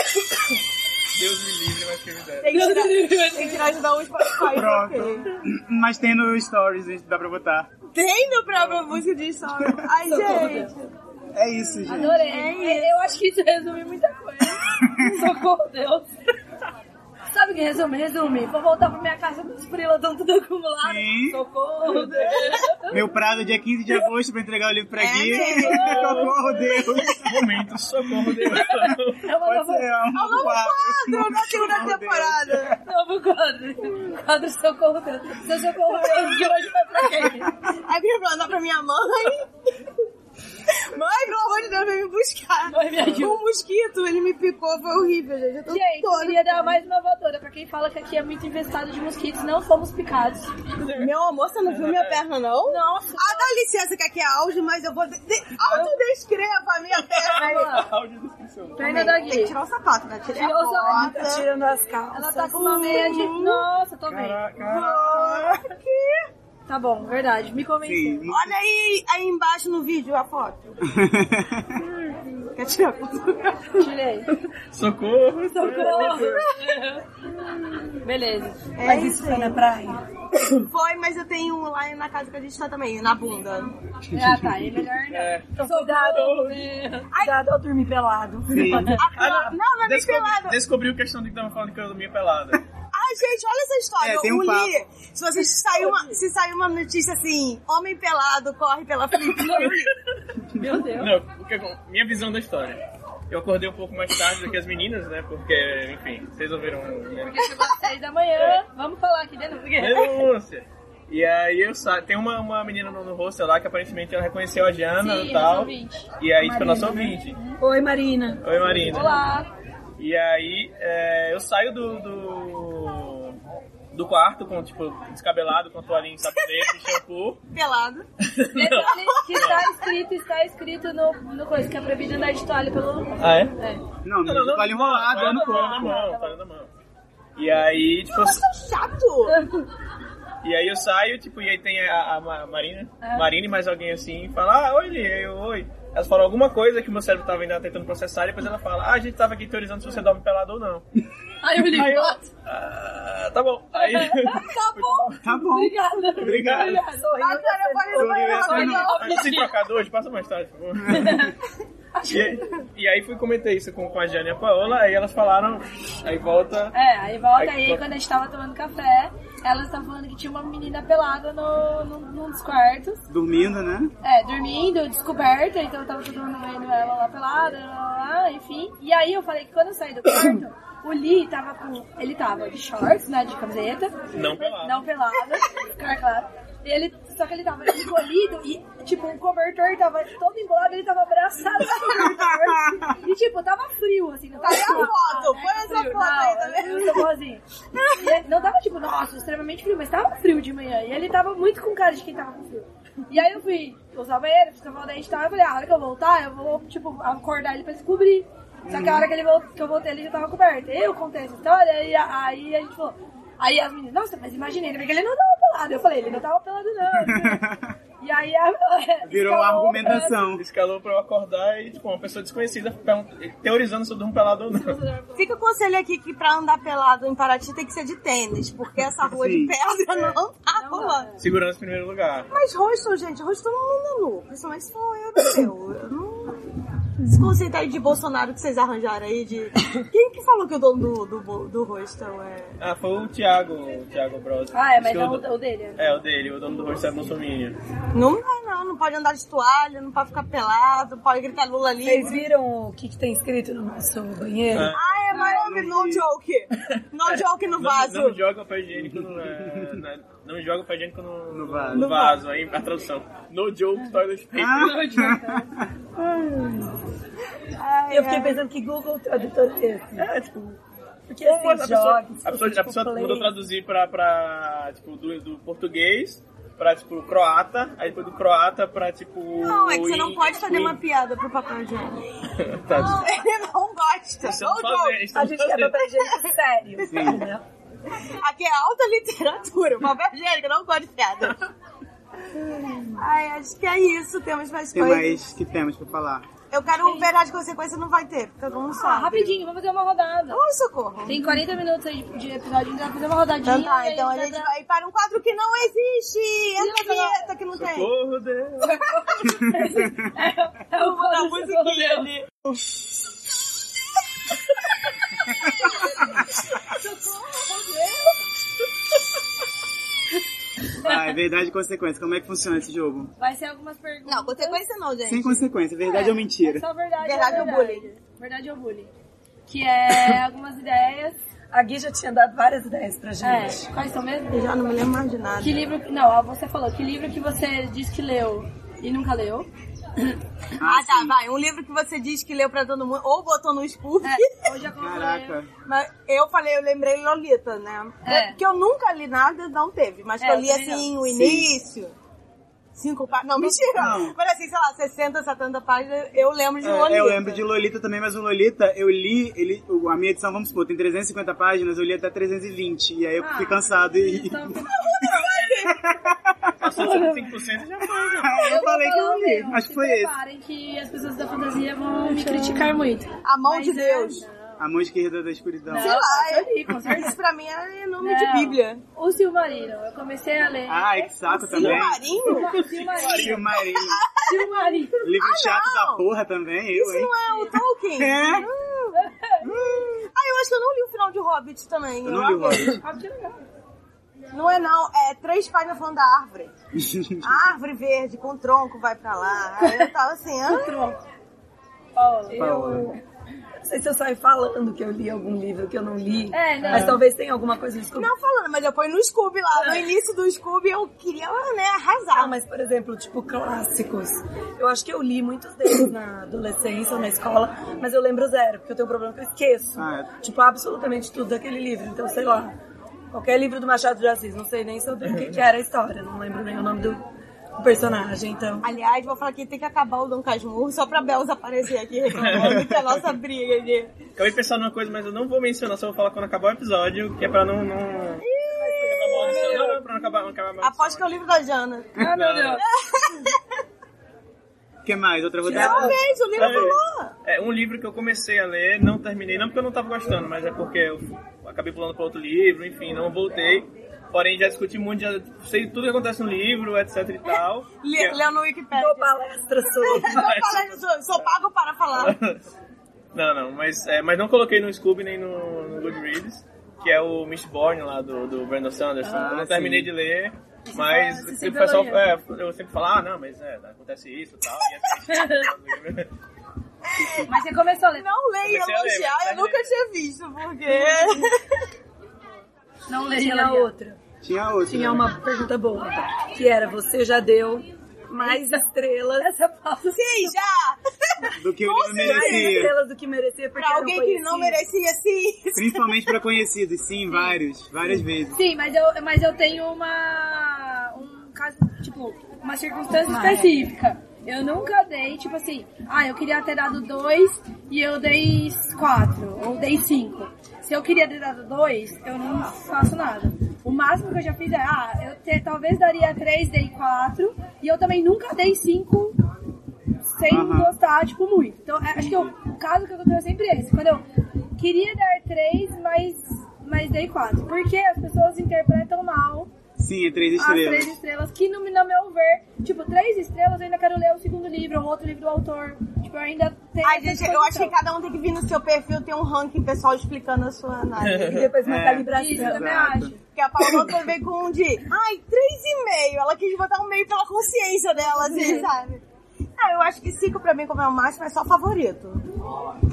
[SPEAKER 4] Deus me livre, mas que me dera.
[SPEAKER 3] Tem que tirar, tem que tirar isso da última parte.
[SPEAKER 1] Pronto. Mas tem no Stories, gente, dá pra botar.
[SPEAKER 3] Tem no próprio música de história. Ai, gente.
[SPEAKER 1] É isso, gente.
[SPEAKER 2] Adorei. É, Eu acho que isso resume muita coisa. Socorro, Deus. Sabe o que resume? Resume. Vou voltar pra minha casa, meus frilas estão tudo acumulado.
[SPEAKER 1] Sim.
[SPEAKER 2] Socorro, Deus.
[SPEAKER 1] Meu prazo é dia 15 de agosto pra entregar o livro pra
[SPEAKER 3] É
[SPEAKER 1] Gui.
[SPEAKER 3] mesmo.
[SPEAKER 1] Socorro, Deus.
[SPEAKER 4] Momento, socorro, Deus.
[SPEAKER 2] É uma
[SPEAKER 1] Pode
[SPEAKER 2] nova,
[SPEAKER 1] ser um
[SPEAKER 3] Ao longo do
[SPEAKER 1] quadro. é
[SPEAKER 3] quadro da segunda
[SPEAKER 1] Meu Deus.
[SPEAKER 3] temporada.
[SPEAKER 2] novo quadro. Quadro Socorro, Deus. Seu socorro, Deus, de hoje vai pra quem?
[SPEAKER 3] Aí eu mandar pra minha mãe. Mãe, pelo amor de Deus, vem me buscar.
[SPEAKER 2] Mãe, me ajuda.
[SPEAKER 3] Um mosquito, ele me picou, foi horrível, gente. Eu tô
[SPEAKER 2] Gente,
[SPEAKER 3] toda-
[SPEAKER 2] queria dar mais uma voadora pra quem fala que aqui é muito infestado de mosquitos. Não fomos picados.
[SPEAKER 3] Meu amor, você não viu minha perna, não?
[SPEAKER 2] Nossa.
[SPEAKER 3] Ah, dá licença que aqui é áudio, mas eu vou... De... de- Autodescreva a minha perna.
[SPEAKER 2] Vamos lá.
[SPEAKER 4] Áudio descrição.
[SPEAKER 2] Perna da
[SPEAKER 3] Tem que
[SPEAKER 2] Gui.
[SPEAKER 3] tirar o sapato, né? Tirei
[SPEAKER 2] Tirou
[SPEAKER 3] a
[SPEAKER 2] o sapato.
[SPEAKER 5] Tá
[SPEAKER 3] bota.
[SPEAKER 5] tirando as calças.
[SPEAKER 2] Ela tá com uma meia de... Nossa, tô bem. Tá bom, verdade. Me convenceu.
[SPEAKER 1] Sim.
[SPEAKER 3] Olha aí, aí embaixo no vídeo a foto. Quer tirar a foto?
[SPEAKER 2] Tirei.
[SPEAKER 4] Socorro,
[SPEAKER 2] Beleza.
[SPEAKER 3] É
[SPEAKER 5] Mas
[SPEAKER 3] isso
[SPEAKER 5] isso foi
[SPEAKER 3] aí.
[SPEAKER 5] na praia.
[SPEAKER 3] Foi, mas eu tenho um lá na casa que a gente tá também, na bunda.
[SPEAKER 2] Ah, tá. É melhor não.
[SPEAKER 4] É.
[SPEAKER 2] Soldado.
[SPEAKER 5] Cuidado ao dormir pelado.
[SPEAKER 1] Sim.
[SPEAKER 3] Ah, não, não, não é nem
[SPEAKER 4] Descobri-
[SPEAKER 3] pelada.
[SPEAKER 4] Descobriu a questão do que tava falando que eu dormia pelada.
[SPEAKER 3] Ai, gente, olha essa história.
[SPEAKER 1] É, tem um
[SPEAKER 3] o Lee, se você sair uma, se sair uma notícia assim, homem pelado corre pela Flip.
[SPEAKER 2] Meu Deus.
[SPEAKER 4] Não, porque, bom, minha visão da história. Eu acordei um pouco mais tarde do que as meninas, né? Porque, enfim, vocês ouviram. Né?
[SPEAKER 2] Porque chegou às seis da manhã. Vamos falar aqui dentro.
[SPEAKER 4] Denúncia! E aí eu sa... Tem uma, uma menina no, no hostel lá que aparentemente ela reconheceu a Jana
[SPEAKER 2] Sim,
[SPEAKER 4] e tal.
[SPEAKER 2] nossa ouvinte.
[SPEAKER 4] E aí, tipo, nossa ouvinte.
[SPEAKER 5] Oi, Marina.
[SPEAKER 4] Oi, Marina.
[SPEAKER 2] Olá.
[SPEAKER 4] E aí é, eu saio do, do. do quarto com, tipo, descabelado, com toalhinha, sabonete, shampoo.
[SPEAKER 3] pelado.
[SPEAKER 2] Detalhe é que está escrito, está escrito no, no coisa que é proibido andar de toalha pelo...
[SPEAKER 4] Ah, é?
[SPEAKER 2] É.
[SPEAKER 1] Não, não, não, vale enrolar, dor no
[SPEAKER 4] toalha na
[SPEAKER 1] corpo.
[SPEAKER 4] mão, toalha na mão. E aí, tipo, eu-
[SPEAKER 1] Tá
[SPEAKER 3] Nossa, chato.
[SPEAKER 4] e aí eu saio, tipo, e aí tem a, a Ma- Marina,
[SPEAKER 2] É.
[SPEAKER 4] Marina e mais alguém assim, e fala, ah, oi, Lia", eu, oi. Elas falam alguma coisa que o meu cérebro tava ainda tentando processar, e depois ela fala, ah, a gente tava aqui teorizando se você dorme pelado ou não.
[SPEAKER 2] Aí eu li.
[SPEAKER 4] Aí eu, ah, tá bom. Aí,
[SPEAKER 2] Tá bom.
[SPEAKER 1] Tá bom.
[SPEAKER 2] Obrigada.
[SPEAKER 1] Obrigado.
[SPEAKER 5] Sorriu.
[SPEAKER 3] Agora pode ir no banheiro
[SPEAKER 1] Sorriu,
[SPEAKER 3] rapidão.
[SPEAKER 2] sorriu.
[SPEAKER 4] Aí você trocado hoje, passa mais tarde, por favor. e, aí- e aí fui comentei isso com, com a Jane e a Paola, aí elas falaram, aí volta.
[SPEAKER 2] É, aí volta
[SPEAKER 4] Aí,
[SPEAKER 2] aí,
[SPEAKER 4] volta.
[SPEAKER 2] quando a gente tava tomando café, elas estavam falando que tinha uma menina pelada no, no, num dos quartos.
[SPEAKER 1] Dormindo, né?
[SPEAKER 2] É, dormindo, descoberta, então eu tava todo mundo vendo ela lá pelada, lá, lá, lá, enfim. E aí eu falei que quando eu saí do quarto, o Lee tava com. Ele tava de shorts, né? De camiseta.
[SPEAKER 4] Não pelado.
[SPEAKER 2] Não pelado, ficar claro. Ele, só que ele tava encolhido e, tipo, o cobertor tava todo embolado, ele tava abraçado no cobertor. E, tipo, tava frio, assim, não tava. né?
[SPEAKER 3] Aí a foto, põe essa
[SPEAKER 2] frio,
[SPEAKER 3] foto aí, tá vendo?
[SPEAKER 2] não, eu tô boazinha. E ele- Não tava, tipo, nossa, extremamente frio, mas tava frio de manhã. E ele tava muito com cara de quem tava com frio. E aí eu fui usar o banheiro, fiz escovar o dente e tal. Eu falei, ah, a hora que eu voltar, eu vou, tipo, acordar ele pra descobrir. Só que a hora que, ele vol- que eu voltei, ele já tava coberto. Eu contei essa história e a- aí a gente falou... Aí as meninas, nossa, mas imaginei, porque ele não tava pelado. Eu falei, ele não tava pelado, não. e aí a...
[SPEAKER 1] Virou uma
[SPEAKER 2] escalou-
[SPEAKER 1] argumentação.
[SPEAKER 2] é.
[SPEAKER 4] Escalou pra eu acordar e, tipo, uma pessoa desconhecida pergunta- teorizando se eu durmo pelado ou não.
[SPEAKER 3] Fica o conselho aqui que pra andar pelado em Paraty tem que ser de tênis, porque essa rua
[SPEAKER 1] Sim. É.
[SPEAKER 3] de pedra não tá
[SPEAKER 2] Não
[SPEAKER 3] rolando.
[SPEAKER 4] Segurança em primeiro lugar.
[SPEAKER 3] Mas rosto, gente, rosto não anda nu, principalmente se for europeu. Eu não... Esse conceito aí de Bolsonaro que vocês arranjaram aí de. Quem que falou que o dono do, do, bo- do hostel é.
[SPEAKER 4] Ah, foi o Thiago, o Thiago Bros.
[SPEAKER 2] Ah, é, mas
[SPEAKER 4] Diz que
[SPEAKER 2] não
[SPEAKER 4] o do-
[SPEAKER 2] o dele. né?
[SPEAKER 4] É, o dele, o dono do rosto é Bolsonaro.
[SPEAKER 3] Não dá, não. Não pode andar de toalha, não pode ficar pelado, não pode gritar Lula
[SPEAKER 5] Vocês
[SPEAKER 3] livre.
[SPEAKER 5] viram o que, que tem escrito no nosso banheiro?
[SPEAKER 4] Ah.
[SPEAKER 3] Ah, é maravilhoso. No joke. No joke no vaso.
[SPEAKER 4] Não, não joga papel higiênico no, é, na- não joga papel higiênico no,
[SPEAKER 1] No vaso.
[SPEAKER 4] no vaso, aí a tradução. No joke, toilet paper.
[SPEAKER 5] Eu fiquei pensando que Google tradutor é esse.
[SPEAKER 4] É, tipo,
[SPEAKER 5] Porque
[SPEAKER 4] ou a
[SPEAKER 5] assim,
[SPEAKER 4] pessoa,
[SPEAKER 5] jogos,
[SPEAKER 4] a pessoa, a
[SPEAKER 5] tipo,
[SPEAKER 4] pessoa
[SPEAKER 5] play.
[SPEAKER 4] mandou traduzir pra, pra tipo, do, do português pra, tipo, croata, aí depois do croata pra, tipo...
[SPEAKER 3] Não, é que você não
[SPEAKER 4] in-
[SPEAKER 3] pode fazer
[SPEAKER 4] in-
[SPEAKER 3] uma piada pro papel higiênico.
[SPEAKER 4] Tá, desculpa.
[SPEAKER 3] Ele não gosta.
[SPEAKER 4] Estamos
[SPEAKER 3] No
[SPEAKER 4] fazendo,
[SPEAKER 3] joke.
[SPEAKER 5] A
[SPEAKER 4] estamos
[SPEAKER 5] gente quer
[SPEAKER 4] fazendo.
[SPEAKER 5] papel higiênico sério. entendeu?
[SPEAKER 3] Aqui é alta literatura. O papel higiênico não gosta de piada. Ai, acho que é isso. Temos mais
[SPEAKER 1] Tem
[SPEAKER 3] coisas.
[SPEAKER 1] mais que temos pra falar.
[SPEAKER 3] Eu quero verdade e consequência, não vai ter, porque eu não
[SPEAKER 2] Ah,
[SPEAKER 3] sabe.
[SPEAKER 2] rapidinho, vamos fazer uma rodada.
[SPEAKER 3] Ai, socorro.
[SPEAKER 2] Tem 40 minutos aí de- de episódio, então fazer uma rodadinha.
[SPEAKER 3] Então tá,
[SPEAKER 2] aí,
[SPEAKER 3] então a
[SPEAKER 2] tá,
[SPEAKER 3] gente
[SPEAKER 2] tá.
[SPEAKER 3] vai para um quadro que não existe. Entra a vinheta que não tem.
[SPEAKER 4] Socorro, Deus.
[SPEAKER 2] É o
[SPEAKER 3] Vou dar
[SPEAKER 2] quadro
[SPEAKER 3] musiquinha ali.
[SPEAKER 1] Ah, é verdade e consequência. Como é que funciona esse jogo?
[SPEAKER 2] Vai ser algumas perguntas.
[SPEAKER 3] Não, consequência não, gente.
[SPEAKER 1] Sem consequência, verdade ou
[SPEAKER 2] É
[SPEAKER 1] mentira?
[SPEAKER 2] só verdade,
[SPEAKER 3] Verdade
[SPEAKER 2] é
[SPEAKER 3] ou
[SPEAKER 2] verdade. Verdade ou bullying. Que é algumas ideias.
[SPEAKER 5] A Gui já tinha dado várias ideias pra gente.
[SPEAKER 2] É, quais são mesmo?
[SPEAKER 3] Eu já não me lembro mais de nada.
[SPEAKER 2] Que livro. que- Não, ó, você falou. Que livro que você disse que leu e nunca leu?
[SPEAKER 3] Ah,
[SPEAKER 2] assim.
[SPEAKER 3] tá, vai. Um livro que você diz que leu pra todo mundo, ou botou no spoof.
[SPEAKER 2] É, hoje a
[SPEAKER 1] Caraca.
[SPEAKER 3] Mas eu falei, eu lembrei Lolita, né?
[SPEAKER 2] É.
[SPEAKER 3] Porque eu nunca li nada, não teve. Mas
[SPEAKER 2] É,
[SPEAKER 3] que eu li
[SPEAKER 2] eu também
[SPEAKER 3] assim,
[SPEAKER 2] não.
[SPEAKER 3] o
[SPEAKER 1] Sim.
[SPEAKER 3] início. Cinco páginas. Não, mentira.
[SPEAKER 1] Não.
[SPEAKER 3] Mas assim, sei lá, 60, 70 páginas, eu lembro de um Lolita.
[SPEAKER 2] né?
[SPEAKER 1] É, eu lembro de Lolita também, mas o Lolita, eu li, ele, o- a minha edição, vamos supor, tem 350 páginas, eu li até 320, e aí eu
[SPEAKER 2] Ah,
[SPEAKER 1] fiquei cansado e...
[SPEAKER 2] então tá
[SPEAKER 4] Passou 5% já foi, já.
[SPEAKER 1] eu, falei que eu li,
[SPEAKER 2] mesmo.
[SPEAKER 1] acho que
[SPEAKER 2] Se
[SPEAKER 1] foi esse.
[SPEAKER 2] preparem que as pessoas da fantasia vão me criticar muito.
[SPEAKER 3] A mão de
[SPEAKER 2] Mas é,
[SPEAKER 3] Deus.
[SPEAKER 2] não.
[SPEAKER 1] A mão esquerda da escuridão.
[SPEAKER 2] Não,
[SPEAKER 3] Sei lá,
[SPEAKER 2] eu li, com certeza.
[SPEAKER 3] Isso pra mim é nome de
[SPEAKER 2] Não.
[SPEAKER 3] Bíblia.
[SPEAKER 2] O Silmarino, eu comecei a ler.
[SPEAKER 1] Ai, que saco também.
[SPEAKER 3] Silmarinho?
[SPEAKER 2] Silmarino.
[SPEAKER 1] Silmarinho.
[SPEAKER 2] Silmarino.
[SPEAKER 1] Livro
[SPEAKER 3] Ah,
[SPEAKER 1] chato
[SPEAKER 3] não.
[SPEAKER 1] da porra também, eu,
[SPEAKER 3] Isso
[SPEAKER 1] hein?
[SPEAKER 3] não é o Tolkien?
[SPEAKER 1] É.
[SPEAKER 3] Hum. Ah, eu acho que eu não li o final de Hobbit também.
[SPEAKER 1] Eu não li o Hobbit.
[SPEAKER 2] Ah, que legal.
[SPEAKER 3] Não é não, é três páginas falando da árvore. A árvore verde com tronco vai pra lá. Aí eu tava assim, ah,
[SPEAKER 2] Pronto. Paola.
[SPEAKER 1] Paola.
[SPEAKER 5] Não sei se eu saio falando que eu li algum livro que eu não li.
[SPEAKER 2] É, não.
[SPEAKER 5] Mas talvez tenha alguma coisa no Scooby.
[SPEAKER 3] não falando, mas eu ponho no Scooby lá. No início do Scooby eu queria, né, arrasar.
[SPEAKER 5] Ah, mas, por exemplo, tipo, clássicos. Eu acho que eu li muitos deles na adolescência ou na escola, mas eu lembro zero, porque eu tenho um problema que eu esqueço.
[SPEAKER 1] Ah, é.
[SPEAKER 5] Tipo, absolutamente tudo daquele livro. Então, sei lá, qualquer livro do Machado de Assis, não sei nem sobre o que, que era a história, não lembro nem o nome do do personagem, então...
[SPEAKER 3] Aliás, vou falar que tem que acabar o Dom Casmurro só pra Belza aparecer aqui reclamando que é a nossa briga de...
[SPEAKER 4] Acabei de pensar numa coisa, mas eu não vou mencionar, só vou falar quando acabar o episódio, que é pra não. não... Não, não, não, pra não acabar, não acabar a maldição.
[SPEAKER 3] Aposto que é o livro da Jana.
[SPEAKER 2] Ah, meu Deus.
[SPEAKER 1] O que mais? Outra
[SPEAKER 3] Não
[SPEAKER 1] rodada?
[SPEAKER 3] vejo, o livro
[SPEAKER 4] É.
[SPEAKER 3] falou.
[SPEAKER 4] É um livro que eu comecei a ler, não terminei, não porque eu não tava gostando, mas é porque eu acabei pulando para outro livro, enfim, não voltei. Porém, já discuti muito, já sei tudo que acontece no livro, etc e tal. Que
[SPEAKER 3] Le-
[SPEAKER 4] é-
[SPEAKER 3] Leu no Wikipedia.
[SPEAKER 5] Dou palestra sobre...
[SPEAKER 3] Não fala, Tá sou, sou pago para falar.
[SPEAKER 4] Não, não, mas, é, mas não coloquei no Scooby nem no, no Goodreads, que é o Mistborn lá do, do Brandon Sanderson.
[SPEAKER 1] Ah,
[SPEAKER 4] eu não
[SPEAKER 1] sim.
[SPEAKER 4] terminei de ler, mas
[SPEAKER 2] fala- você
[SPEAKER 4] o
[SPEAKER 2] sempre
[SPEAKER 4] pessoal,
[SPEAKER 2] elogia.
[SPEAKER 4] é, eu sempre falo, ah, não, mas é, acontece isso e tal. E é assim,
[SPEAKER 2] Mas você começou a ler. Não,
[SPEAKER 3] Não leio
[SPEAKER 4] Comecei a ler,
[SPEAKER 3] elogiar,
[SPEAKER 4] mas
[SPEAKER 3] eu
[SPEAKER 4] tá
[SPEAKER 3] nunca
[SPEAKER 4] lendo.
[SPEAKER 3] tinha visto, porque...
[SPEAKER 2] não leia.
[SPEAKER 5] Tinha
[SPEAKER 2] ela ia.
[SPEAKER 5] outra.
[SPEAKER 1] Tinha outra.
[SPEAKER 5] Tinha
[SPEAKER 1] né?
[SPEAKER 5] uma pergunta boa, que era, você já deu mais estrelas...
[SPEAKER 2] Essa pausa.
[SPEAKER 3] Sim, já!
[SPEAKER 1] Do que o
[SPEAKER 3] Com
[SPEAKER 1] livro
[SPEAKER 5] Mais
[SPEAKER 3] é
[SPEAKER 1] merecia.
[SPEAKER 5] estrelas do que merecia, porque
[SPEAKER 3] Pra
[SPEAKER 5] eu
[SPEAKER 3] alguém que não
[SPEAKER 5] conhecia.
[SPEAKER 3] merecia, sim.
[SPEAKER 1] Principalmente pra conhecidos, sim, vários. Várias vezes.
[SPEAKER 2] Sim, mas eu, mas eu tenho uma. Um caso, tipo, uma circunstância específica. Eu nunca dei, tipo assim, ah, eu queria ter dado dois e eu dei quatro, ou dei cinco. Se eu queria ter dado dois, eu não faço nada. O máximo que eu já fiz é, ah, eu te- talvez daria três, dei quatro, e eu também nunca dei cinco sem
[SPEAKER 1] Aham.
[SPEAKER 2] gostar, tipo, muito. Então, é- acho que eu- o caso que aconteceu é sempre esse. Quando eu queria dar três, mas, mas dei quatro. Porque as pessoas interpretam mal
[SPEAKER 1] Sim,
[SPEAKER 3] Ah,
[SPEAKER 1] é três
[SPEAKER 2] as três
[SPEAKER 1] estrelas.
[SPEAKER 2] estrelas, que no, no meu ver, tipo, três estrelas eu ainda quero ler o segundo livro, um outro livro do autor. Tipo, eu ainda tenho.
[SPEAKER 3] Ai,
[SPEAKER 2] essa
[SPEAKER 3] gente, eu
[SPEAKER 2] disposição.
[SPEAKER 3] acho que cada um tem que vir no seu perfil, ter um ranking pessoal explicando a sua análise.
[SPEAKER 5] E depois uma
[SPEAKER 1] É.
[SPEAKER 2] Isso,
[SPEAKER 5] calibração.
[SPEAKER 2] eu também
[SPEAKER 1] Exato.
[SPEAKER 2] acho.
[SPEAKER 3] Porque a Paola também com um de, ai, três e meio. Ela quis botar um meio pela consciência dela, assim, sabe? Não, eu acho que cinco pra mim, como é o máximo, é só favorito.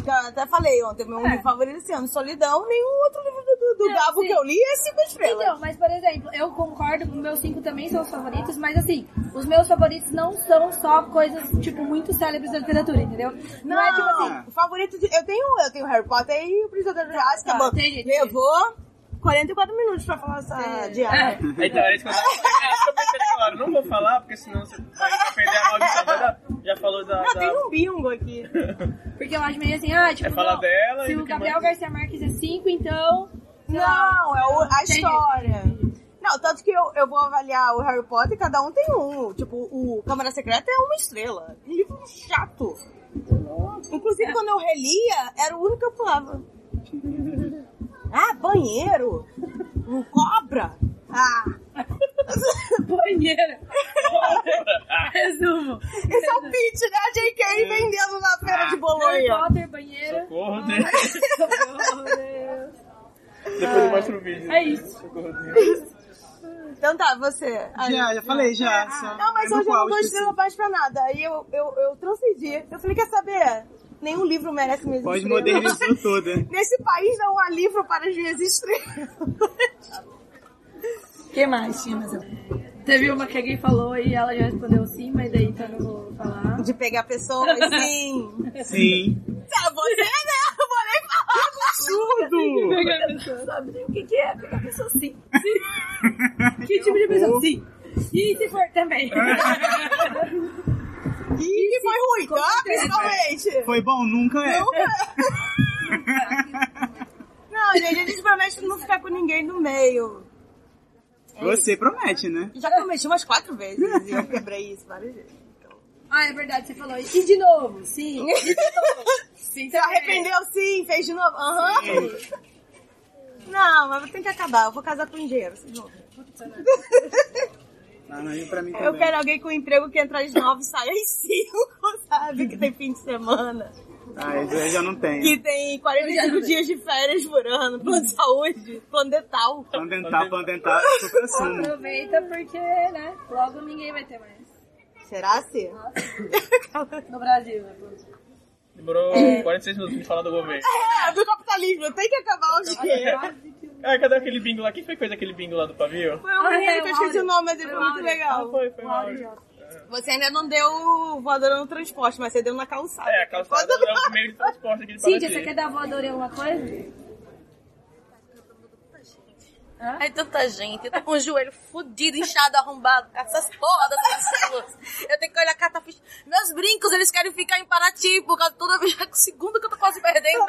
[SPEAKER 3] Que Eu até falei ontem, meu livro favorito esse ano, Solidão, nenhum outro livro do, do
[SPEAKER 2] Não,
[SPEAKER 3] Gabo
[SPEAKER 2] sim.
[SPEAKER 3] que eu li é cinco estrelas.
[SPEAKER 2] Então, mas por exemplo, eu concordo com meus cinco também são os favoritos, mas assim, os meus favoritos não são só coisas, tipo, muito célebres da literatura, entendeu? Não, é tipo assim.
[SPEAKER 1] Ah.
[SPEAKER 3] o favorito de, eu tenho eu tenho Harry Potter e o Prisioneiro de Azkaban.
[SPEAKER 2] tá, tem gente.
[SPEAKER 3] Levou 44 minutos pra falar essa diária.
[SPEAKER 4] Então, era isso que eu tava é isso que eu pensei, claro. Não vou falar, porque senão você vai perder a maldição. Mas já- Já falou da.
[SPEAKER 3] Não,
[SPEAKER 4] da-
[SPEAKER 3] tem um bingo aqui.
[SPEAKER 2] Porque eu acho meio assim, ah, tipo,
[SPEAKER 4] É falar
[SPEAKER 2] não,
[SPEAKER 4] dela e
[SPEAKER 2] se
[SPEAKER 4] do
[SPEAKER 2] o
[SPEAKER 4] que
[SPEAKER 2] Gabriel
[SPEAKER 4] mais.
[SPEAKER 2] Garcia Marques é 5, então... sei lá,
[SPEAKER 3] Não, é o- a
[SPEAKER 2] Entendi.
[SPEAKER 3] história. Não, tanto que eu, eu vou avaliar o Harry Potter e cada um tem um. Tipo, o Câmara Secreta é uma estrela. Um livro chato. Inclusive, quando eu relia, era o único que eu falava. Ah, banheiro. Um cobra. Ah,
[SPEAKER 2] Banheira. Resumo.
[SPEAKER 3] esse é o pitch, né? A J.K.
[SPEAKER 1] É.
[SPEAKER 3] vendendo na feira de
[SPEAKER 2] Harry
[SPEAKER 5] É,
[SPEAKER 3] Bolonha.
[SPEAKER 2] Potter, banheira.
[SPEAKER 4] Socorro, Deus.
[SPEAKER 2] Meu Deus.
[SPEAKER 4] Depois eu mostro o vídeo. né?
[SPEAKER 2] É isso.
[SPEAKER 4] Socorro, Deus.
[SPEAKER 3] Então tá, você.
[SPEAKER 1] Já, já falei, já. só-
[SPEAKER 3] Ah, Não, mas
[SPEAKER 1] lembro
[SPEAKER 3] hoje eu
[SPEAKER 1] qual
[SPEAKER 3] não dou
[SPEAKER 1] específico.
[SPEAKER 3] estrela mais pra nada. Aí eu, eu, eu transcendi. Eu falei, quer saber? Nenhum livro merece minhas estrelas.
[SPEAKER 1] Pós-modernizou toda.
[SPEAKER 3] Nesse país não há livro para as minhas estrelas.
[SPEAKER 5] O que mais tinha, mas eu-
[SPEAKER 2] Teve uma que alguém falou e ela já respondeu sim, mas daí então eu não vou falar.
[SPEAKER 3] De pegar pessoas, sim.
[SPEAKER 1] Sim.
[SPEAKER 3] Tá, você né? Eu vou nem falar.
[SPEAKER 1] Tudo!
[SPEAKER 2] Pegar a pessoa.
[SPEAKER 5] Sabe o que, que é? Porque a pessoa sim.
[SPEAKER 2] Que tipo
[SPEAKER 1] Uhum.
[SPEAKER 2] de pessoa? Sim. E se for também.
[SPEAKER 3] E que foi ruim, tá?
[SPEAKER 5] né?
[SPEAKER 3] Principalmente.
[SPEAKER 1] Foi bom? Nunca é.
[SPEAKER 3] Não, gente, a gente promete não ficar com ninguém no meio.
[SPEAKER 1] Você promete, né?
[SPEAKER 3] Já prometi umas quatro vezes e eu quebrei isso várias vezes.
[SPEAKER 2] Ah, é verdade, você falou. E de novo, sim. sim
[SPEAKER 3] Se arrependeu sim, fez de novo. Aham. Não, mas tem que acabar. Eu vou casar com um engenheiro. vocês vão ver.
[SPEAKER 1] Ah, não, pra mim também.
[SPEAKER 3] Eu quero alguém com emprego que entra às nove e sai às cinco, sabe? Que tem fim de semana.
[SPEAKER 1] Ah, isso aí já não tem.
[SPEAKER 3] Que tem 45 dias de férias por ano. Plano de saúde, plano dental.
[SPEAKER 1] Plano dental, plano dental, super assumo.
[SPEAKER 2] Aproveita porque, né? Logo ninguém vai ter mais.
[SPEAKER 3] Será assim?
[SPEAKER 2] No Brasil, né?
[SPEAKER 4] Demorou
[SPEAKER 2] É.
[SPEAKER 4] 46 minutos pra falar do governo.
[SPEAKER 3] É, do capitalismo. Tem que acabar hoje.
[SPEAKER 2] Quase que o
[SPEAKER 4] Ah, cadê aquele bingo lá? Quem foi que fez aquele bingo lá do pavio?
[SPEAKER 3] Foi um
[SPEAKER 2] Ah, é,
[SPEAKER 3] menino que eu esqueci
[SPEAKER 2] o
[SPEAKER 3] o nome, mas ele
[SPEAKER 2] Foi
[SPEAKER 3] foi
[SPEAKER 2] o
[SPEAKER 3] muito
[SPEAKER 2] Áureo.
[SPEAKER 3] legal.
[SPEAKER 4] Foi, foi mal.
[SPEAKER 2] Mauro Jota.
[SPEAKER 3] Você ainda não deu voadora no transporte, mas você deu na calçada.
[SPEAKER 4] É, a calçada é o primeiro de transporte aqui de
[SPEAKER 2] Cíntia,
[SPEAKER 4] Paraty.
[SPEAKER 2] você quer dar voadora em alguma coisa?
[SPEAKER 5] Ai, tanta gente. Eu tô com o joelho fudido, inchado, arrombado. com Essas porra das pessoas. Eu tenho que olhar a cartaficha. Meus brincos, eles querem ficar em Paraty por causa toda vez. Já com o segundo que eu tô quase perdendo.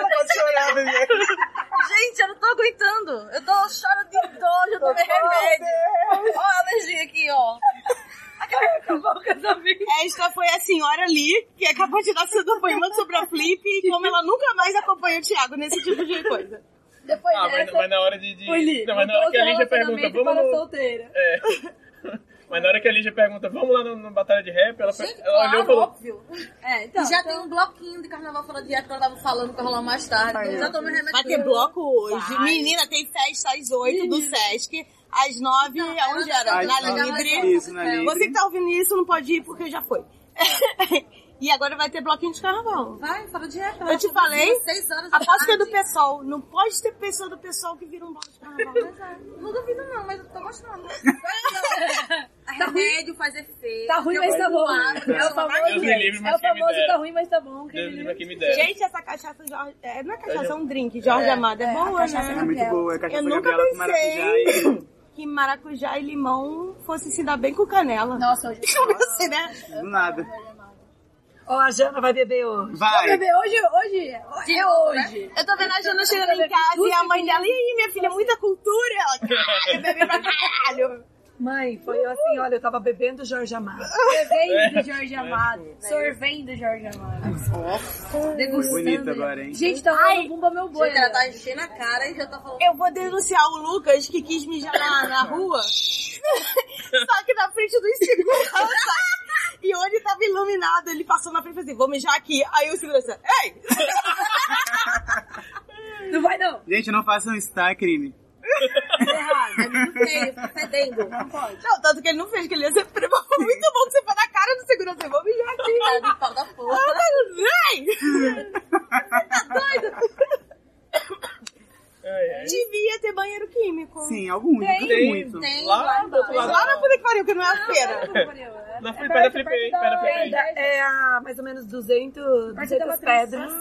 [SPEAKER 5] Gente, eu não tô aguentando. Eu tô choro de dor, já tomei remédio. Ó, a alergia aqui, ó.
[SPEAKER 2] Acabou o casamento.
[SPEAKER 3] Esta foi a senhora ali, que acabou de dar seu depoimento sobre a Flip e como ela nunca mais acompanha o Thiago nesse tipo de coisa.
[SPEAKER 2] Depois
[SPEAKER 4] Ah, mas,
[SPEAKER 2] dessa,
[SPEAKER 4] mas na hora de. de...
[SPEAKER 2] o Li.
[SPEAKER 4] Não, mas na hora que a Lígia pergunta, vamos.
[SPEAKER 2] Para
[SPEAKER 4] no-
[SPEAKER 2] solteira.
[SPEAKER 4] É. Mas na hora que a Lígia pergunta, vamos lá no, no Batalha de Rap, ela,
[SPEAKER 6] Gente,
[SPEAKER 4] ela olhou e
[SPEAKER 6] claro,
[SPEAKER 4] falou.
[SPEAKER 6] óbvio.
[SPEAKER 2] É,
[SPEAKER 6] E
[SPEAKER 2] então.
[SPEAKER 6] já
[SPEAKER 2] então,
[SPEAKER 6] tem um bloquinho de carnaval fora de dieta que ela tava falando que vai rolar mais tarde. Então já tomei remédio.
[SPEAKER 3] Vai ter bloco hoje. Menina, tem festa às 8 do Sesc, às 9, aonde era?
[SPEAKER 1] Às
[SPEAKER 3] Na
[SPEAKER 1] nove.
[SPEAKER 3] Libre.
[SPEAKER 1] Isso, na Libre.
[SPEAKER 3] Você que tá ouvindo isso não pode ir porque já foi. E agora vai ter bloquinho de carnaval.
[SPEAKER 6] Vai, fora de dieta.
[SPEAKER 3] Eu te falei,
[SPEAKER 6] Seis horas da
[SPEAKER 3] aposto que é do
[SPEAKER 6] tarde.
[SPEAKER 3] pessoal. Não pode ter pessoa do pessoal que vira um bloco
[SPEAKER 6] é.
[SPEAKER 3] de carnaval.
[SPEAKER 6] Não duvido um não, mas eu tô gostando. Remédio faz efeito.
[SPEAKER 2] Tá ruim, mas tá bom. É o
[SPEAKER 4] Deus
[SPEAKER 2] famoso,
[SPEAKER 4] me livre, mas
[SPEAKER 2] é o
[SPEAKER 4] quem me
[SPEAKER 2] famoso
[SPEAKER 4] dera.
[SPEAKER 2] tá ruim, mas tá bom. que
[SPEAKER 4] Deus
[SPEAKER 2] ele-
[SPEAKER 4] me livre, quem me dera.
[SPEAKER 3] Gente, essa cachaça É. Jorge. É, não é cachaça, é um drink. Jorge Amado é, boa, né?
[SPEAKER 1] É muito boa, é
[SPEAKER 3] Eu
[SPEAKER 1] cachorro
[SPEAKER 3] nunca
[SPEAKER 1] Gabriela com maracujá e.
[SPEAKER 3] pensei que maracujá e limão fosse se dar bem com canela.
[SPEAKER 2] Nossa, hoje eu
[SPEAKER 3] Assim, né?
[SPEAKER 1] Do nada.
[SPEAKER 5] Ó, a Jana vai beber hoje.
[SPEAKER 1] Vai!
[SPEAKER 2] Bebê, hoje, hoje, é hoje.
[SPEAKER 3] Eu tô vendo a Jana chegando em casa e a mãe dela, e aí, minha filha, muita cultura? Ela, caralho, bebê pra caralho.
[SPEAKER 5] Mãe, foi assim, olha, eu tava bebendo Jorge Amado.
[SPEAKER 2] Bebendo Jorge Amado. Sorvendo Jorge Amado.
[SPEAKER 1] Foi bonito agora, hein?
[SPEAKER 2] Gente, tá
[SPEAKER 3] Ai.
[SPEAKER 2] rolando bumba meu boi.
[SPEAKER 6] Gente, ela
[SPEAKER 2] né?
[SPEAKER 6] tá enchendo a cara e já tá falando.
[SPEAKER 3] Eu vou denunciar o Lucas que quis mijar na, na rua. Só que na frente dos segurança. E onde tava iluminado, ele passou na frente e falou assim, vou mijar aqui. Aí o segurança, ei!
[SPEAKER 2] Não vai não.
[SPEAKER 1] Gente, não façam isso, tá? É crime.
[SPEAKER 2] Errado.
[SPEAKER 6] É muito feio, fica fedendo. Não pode.
[SPEAKER 3] Não, tanto que ele não fez, que ele ia ser primo. Muito bom que você foi na cara do segurança. Eu vou mijar aqui.
[SPEAKER 6] Cara de pau da porra.
[SPEAKER 3] Ai,
[SPEAKER 4] Ai, ai.
[SPEAKER 3] Devia ter banheiro químico.
[SPEAKER 1] Sim, alguns,
[SPEAKER 2] Tem,
[SPEAKER 1] muito,
[SPEAKER 4] tem,
[SPEAKER 1] muito.
[SPEAKER 6] Tem
[SPEAKER 4] Lá do outro lado.
[SPEAKER 3] Lá na puta que pariu, que não é a feira.
[SPEAKER 4] Na Flip, pera, Flip,
[SPEAKER 5] perto da-
[SPEAKER 4] pera, Flip.
[SPEAKER 5] É a mais ou menos 200,
[SPEAKER 2] Perto da
[SPEAKER 5] 200
[SPEAKER 2] matriz.
[SPEAKER 5] pedras.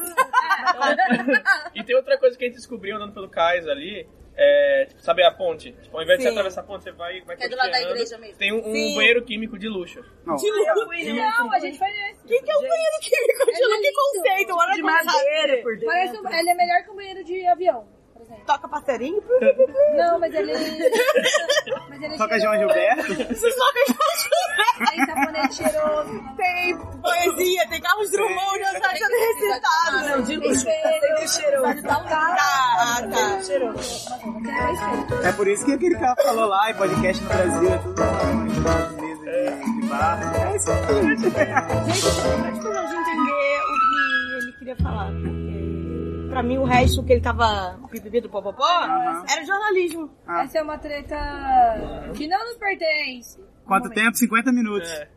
[SPEAKER 4] E tem outra coisa que a gente descobriu andando pelo cais ali. É, tipo, sabe a ponte? Tipo, ao invés de você
[SPEAKER 3] Sim.
[SPEAKER 4] atravessar a ponte, você vai, vai
[SPEAKER 6] Que é do lado da
[SPEAKER 4] costeando.
[SPEAKER 6] igreja mesmo.
[SPEAKER 4] Tem um, um
[SPEAKER 3] Sim.
[SPEAKER 4] banheiro químico de luxo.
[SPEAKER 1] Não,
[SPEAKER 4] É,
[SPEAKER 2] Não, a gente foi nesse.
[SPEAKER 3] O que, que é o banheiro químico? Continua, que conceito? Olha
[SPEAKER 5] De
[SPEAKER 3] como
[SPEAKER 5] madeira por
[SPEAKER 2] tá
[SPEAKER 5] dentro. Tá
[SPEAKER 2] Parece um- ele é melhor que um banheiro de avião, por exemplo.
[SPEAKER 3] Toca passarinho?
[SPEAKER 2] Não, mas ele. é mas ele
[SPEAKER 1] Toca é João
[SPEAKER 2] cheirou-
[SPEAKER 1] Gilberto?
[SPEAKER 3] Vocês tocam junto?
[SPEAKER 2] Tem sabonete cheiroso.
[SPEAKER 3] Tem poesia, tem Carlos Drummond, já tá sendo recitado. um
[SPEAKER 5] Não, de luxo. Tem que cheiroso.
[SPEAKER 3] Tá, tá.
[SPEAKER 1] É por isso que aquele cara falou lá, e podcast no Brasil, é tudo uma mesa de, de bar. É isso aí.
[SPEAKER 3] Gente, pra gente entender o que ele queria falar. porque Pra mim, o resto que ele tava pipipi do popopó
[SPEAKER 1] Aham.
[SPEAKER 3] era jornalismo.
[SPEAKER 1] Ah.
[SPEAKER 2] Essa é uma treta que não nos pertence.
[SPEAKER 1] Quanto tempo? 50 minutos.
[SPEAKER 4] É.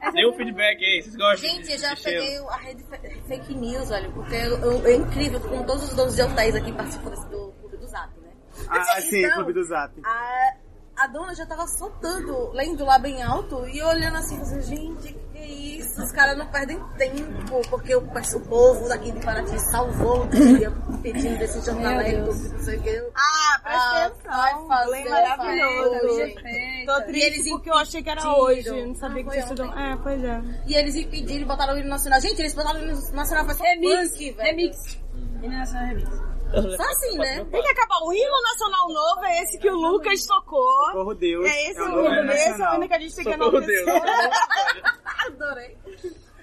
[SPEAKER 2] Essa
[SPEAKER 4] Dê um feedback aí, vocês gostam?
[SPEAKER 6] Gente,
[SPEAKER 4] de-
[SPEAKER 6] eu já
[SPEAKER 4] de cheiro?
[SPEAKER 6] peguei a rede fe- fake news, olha, porque eu- eu- é incrível, como todos os donos de hotéis aqui participam desse- do clube do Zap, né?
[SPEAKER 1] Ah, sim,
[SPEAKER 6] Então,
[SPEAKER 1] clube do Zap.
[SPEAKER 6] A, a dona já tava soltando, lendo lá bem alto e eu olhando assim, falando, gente, que isso? Os caras não perdem tempo, porque o, pe- o povo daqui de Paraty salvou o dia pedindo desse jornaleiro, não sei o que.
[SPEAKER 3] Ah,
[SPEAKER 6] Ah,
[SPEAKER 3] presta
[SPEAKER 6] vai
[SPEAKER 3] atenção.
[SPEAKER 6] fazer,
[SPEAKER 3] Lei
[SPEAKER 6] faz,
[SPEAKER 2] tá
[SPEAKER 3] maravilhoso.
[SPEAKER 2] gente.
[SPEAKER 3] Tô
[SPEAKER 6] E eles
[SPEAKER 3] triste porque eu achei que era hoje. Não sabia
[SPEAKER 6] Ah,
[SPEAKER 3] que
[SPEAKER 6] foi
[SPEAKER 3] vocês estudam.
[SPEAKER 6] ontem.
[SPEAKER 5] um-
[SPEAKER 3] É, pois é.
[SPEAKER 6] E eles impediram, botaram o hino nacional. Gente, eles botaram o hino nacional pra
[SPEAKER 2] É mix.
[SPEAKER 6] funk,
[SPEAKER 2] É
[SPEAKER 6] velho.
[SPEAKER 2] mix. Internacional Remix.
[SPEAKER 6] Só assim, né?
[SPEAKER 3] Tem que acabar. O hino nacional novo é esse que o Lucas tocou.
[SPEAKER 1] Socorro Deus.
[SPEAKER 3] É esse
[SPEAKER 1] o
[SPEAKER 3] o
[SPEAKER 1] nome
[SPEAKER 3] hino. Esse é o
[SPEAKER 1] nacional.
[SPEAKER 3] hino que a gente tem que
[SPEAKER 4] Socorro, Deus.
[SPEAKER 3] enaltecer.
[SPEAKER 6] Adorei.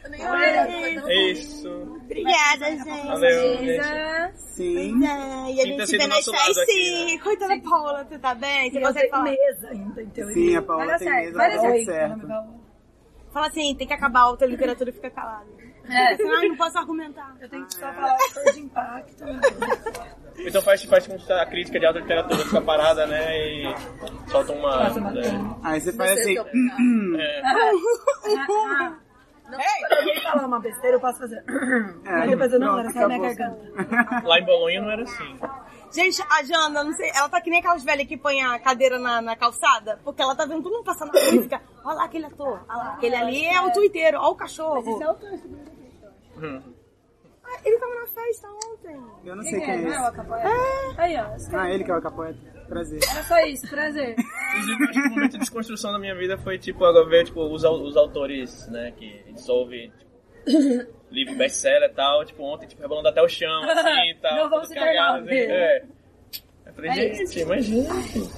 [SPEAKER 6] Eu nem olhei.
[SPEAKER 4] É Isso.
[SPEAKER 3] Obrigada, gente.
[SPEAKER 4] Valeu, gente.
[SPEAKER 2] Isa.
[SPEAKER 1] Sim.
[SPEAKER 3] É, E a gente
[SPEAKER 4] Sinta-se
[SPEAKER 3] se vê
[SPEAKER 4] do
[SPEAKER 3] nas
[SPEAKER 4] nosso lado aqui,
[SPEAKER 3] 5. Coitada Paula, você tá bem? Você
[SPEAKER 5] Eu
[SPEAKER 3] consegue
[SPEAKER 5] tenho
[SPEAKER 3] falar?
[SPEAKER 5] mesa ainda, em teoria.
[SPEAKER 1] Sim, a
[SPEAKER 2] Vai
[SPEAKER 1] Paola
[SPEAKER 2] dar
[SPEAKER 1] tem
[SPEAKER 2] certo.
[SPEAKER 1] mesa,
[SPEAKER 2] Vai
[SPEAKER 1] ela
[SPEAKER 2] dar
[SPEAKER 1] deu
[SPEAKER 2] certo.
[SPEAKER 1] certo.
[SPEAKER 3] Fala assim, tem que acabar a alta literatura e fica calada.
[SPEAKER 2] É.
[SPEAKER 3] Ai, não posso argumentar.
[SPEAKER 2] Eu tenho que
[SPEAKER 5] É.
[SPEAKER 2] só falar cor de impacto.
[SPEAKER 4] Então faz, faz com que a crítica de alta literatura fica parada, né? E solta uma. é.
[SPEAKER 1] Aí você faz assim,
[SPEAKER 6] sei o que eu pensava.
[SPEAKER 5] Se eu falar uma besteira, eu posso fazer. Mas depois eu não,
[SPEAKER 1] É, pronto,
[SPEAKER 5] era só minha
[SPEAKER 1] acabou.
[SPEAKER 5] garganta.
[SPEAKER 4] Lá em Bolonha não era assim.
[SPEAKER 3] Gente, a Jana, não sei, ela tá que nem aquelas velhas que põem a cadeira na, na calçada, porque ela tá vendo todo mundo passando na rua e fica, olha lá aquele ator, olha lá, aquele ali é o twitteiro, olha o cachorro.
[SPEAKER 2] Não, tô subindo.
[SPEAKER 3] Ah, ele tava na festa ontem.
[SPEAKER 1] eu não sei quem
[SPEAKER 2] É,
[SPEAKER 1] é
[SPEAKER 2] não é o
[SPEAKER 1] esse.
[SPEAKER 2] Acapoeira? Aí, ó. esse cara.
[SPEAKER 1] Ah, ele que é o capoeira. Prazer.
[SPEAKER 2] Era só isso, prazer.
[SPEAKER 4] Inclusive, eu acho que o momento de desconstrução da minha vida foi, tipo, agora ver, tipo, os, au- os autores, né, que dissolve, tipo, livro best-seller e tal, tipo, ontem, tipo, rebolando até o chão, assim, e tal.
[SPEAKER 2] Não vamos
[SPEAKER 4] todo
[SPEAKER 2] se tornar
[SPEAKER 4] cagado, assim, É. Eu falei, gente, imagina.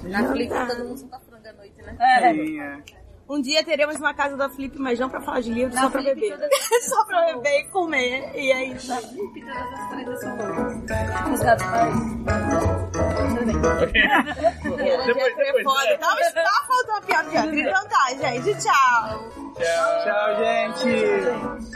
[SPEAKER 6] Na Flip, todo mundo solta franga à noite, né?
[SPEAKER 2] É.
[SPEAKER 1] Sim, é.
[SPEAKER 3] Um dia teremos uma casa da Flip, mas não pra falar de livro, só pra
[SPEAKER 2] Flip,
[SPEAKER 3] beber.
[SPEAKER 2] todas-
[SPEAKER 3] só pra beber e comer, e é isso.
[SPEAKER 2] E todas as tretas são loucas. Os gatos parecem.
[SPEAKER 4] depois,
[SPEAKER 3] É
[SPEAKER 4] depois.
[SPEAKER 3] foda.
[SPEAKER 4] né?
[SPEAKER 3] Não
[SPEAKER 2] é.
[SPEAKER 3] está faltando a piada, piada. Então tá, gente, tchau.
[SPEAKER 4] Tchau.
[SPEAKER 1] Tchau, gente.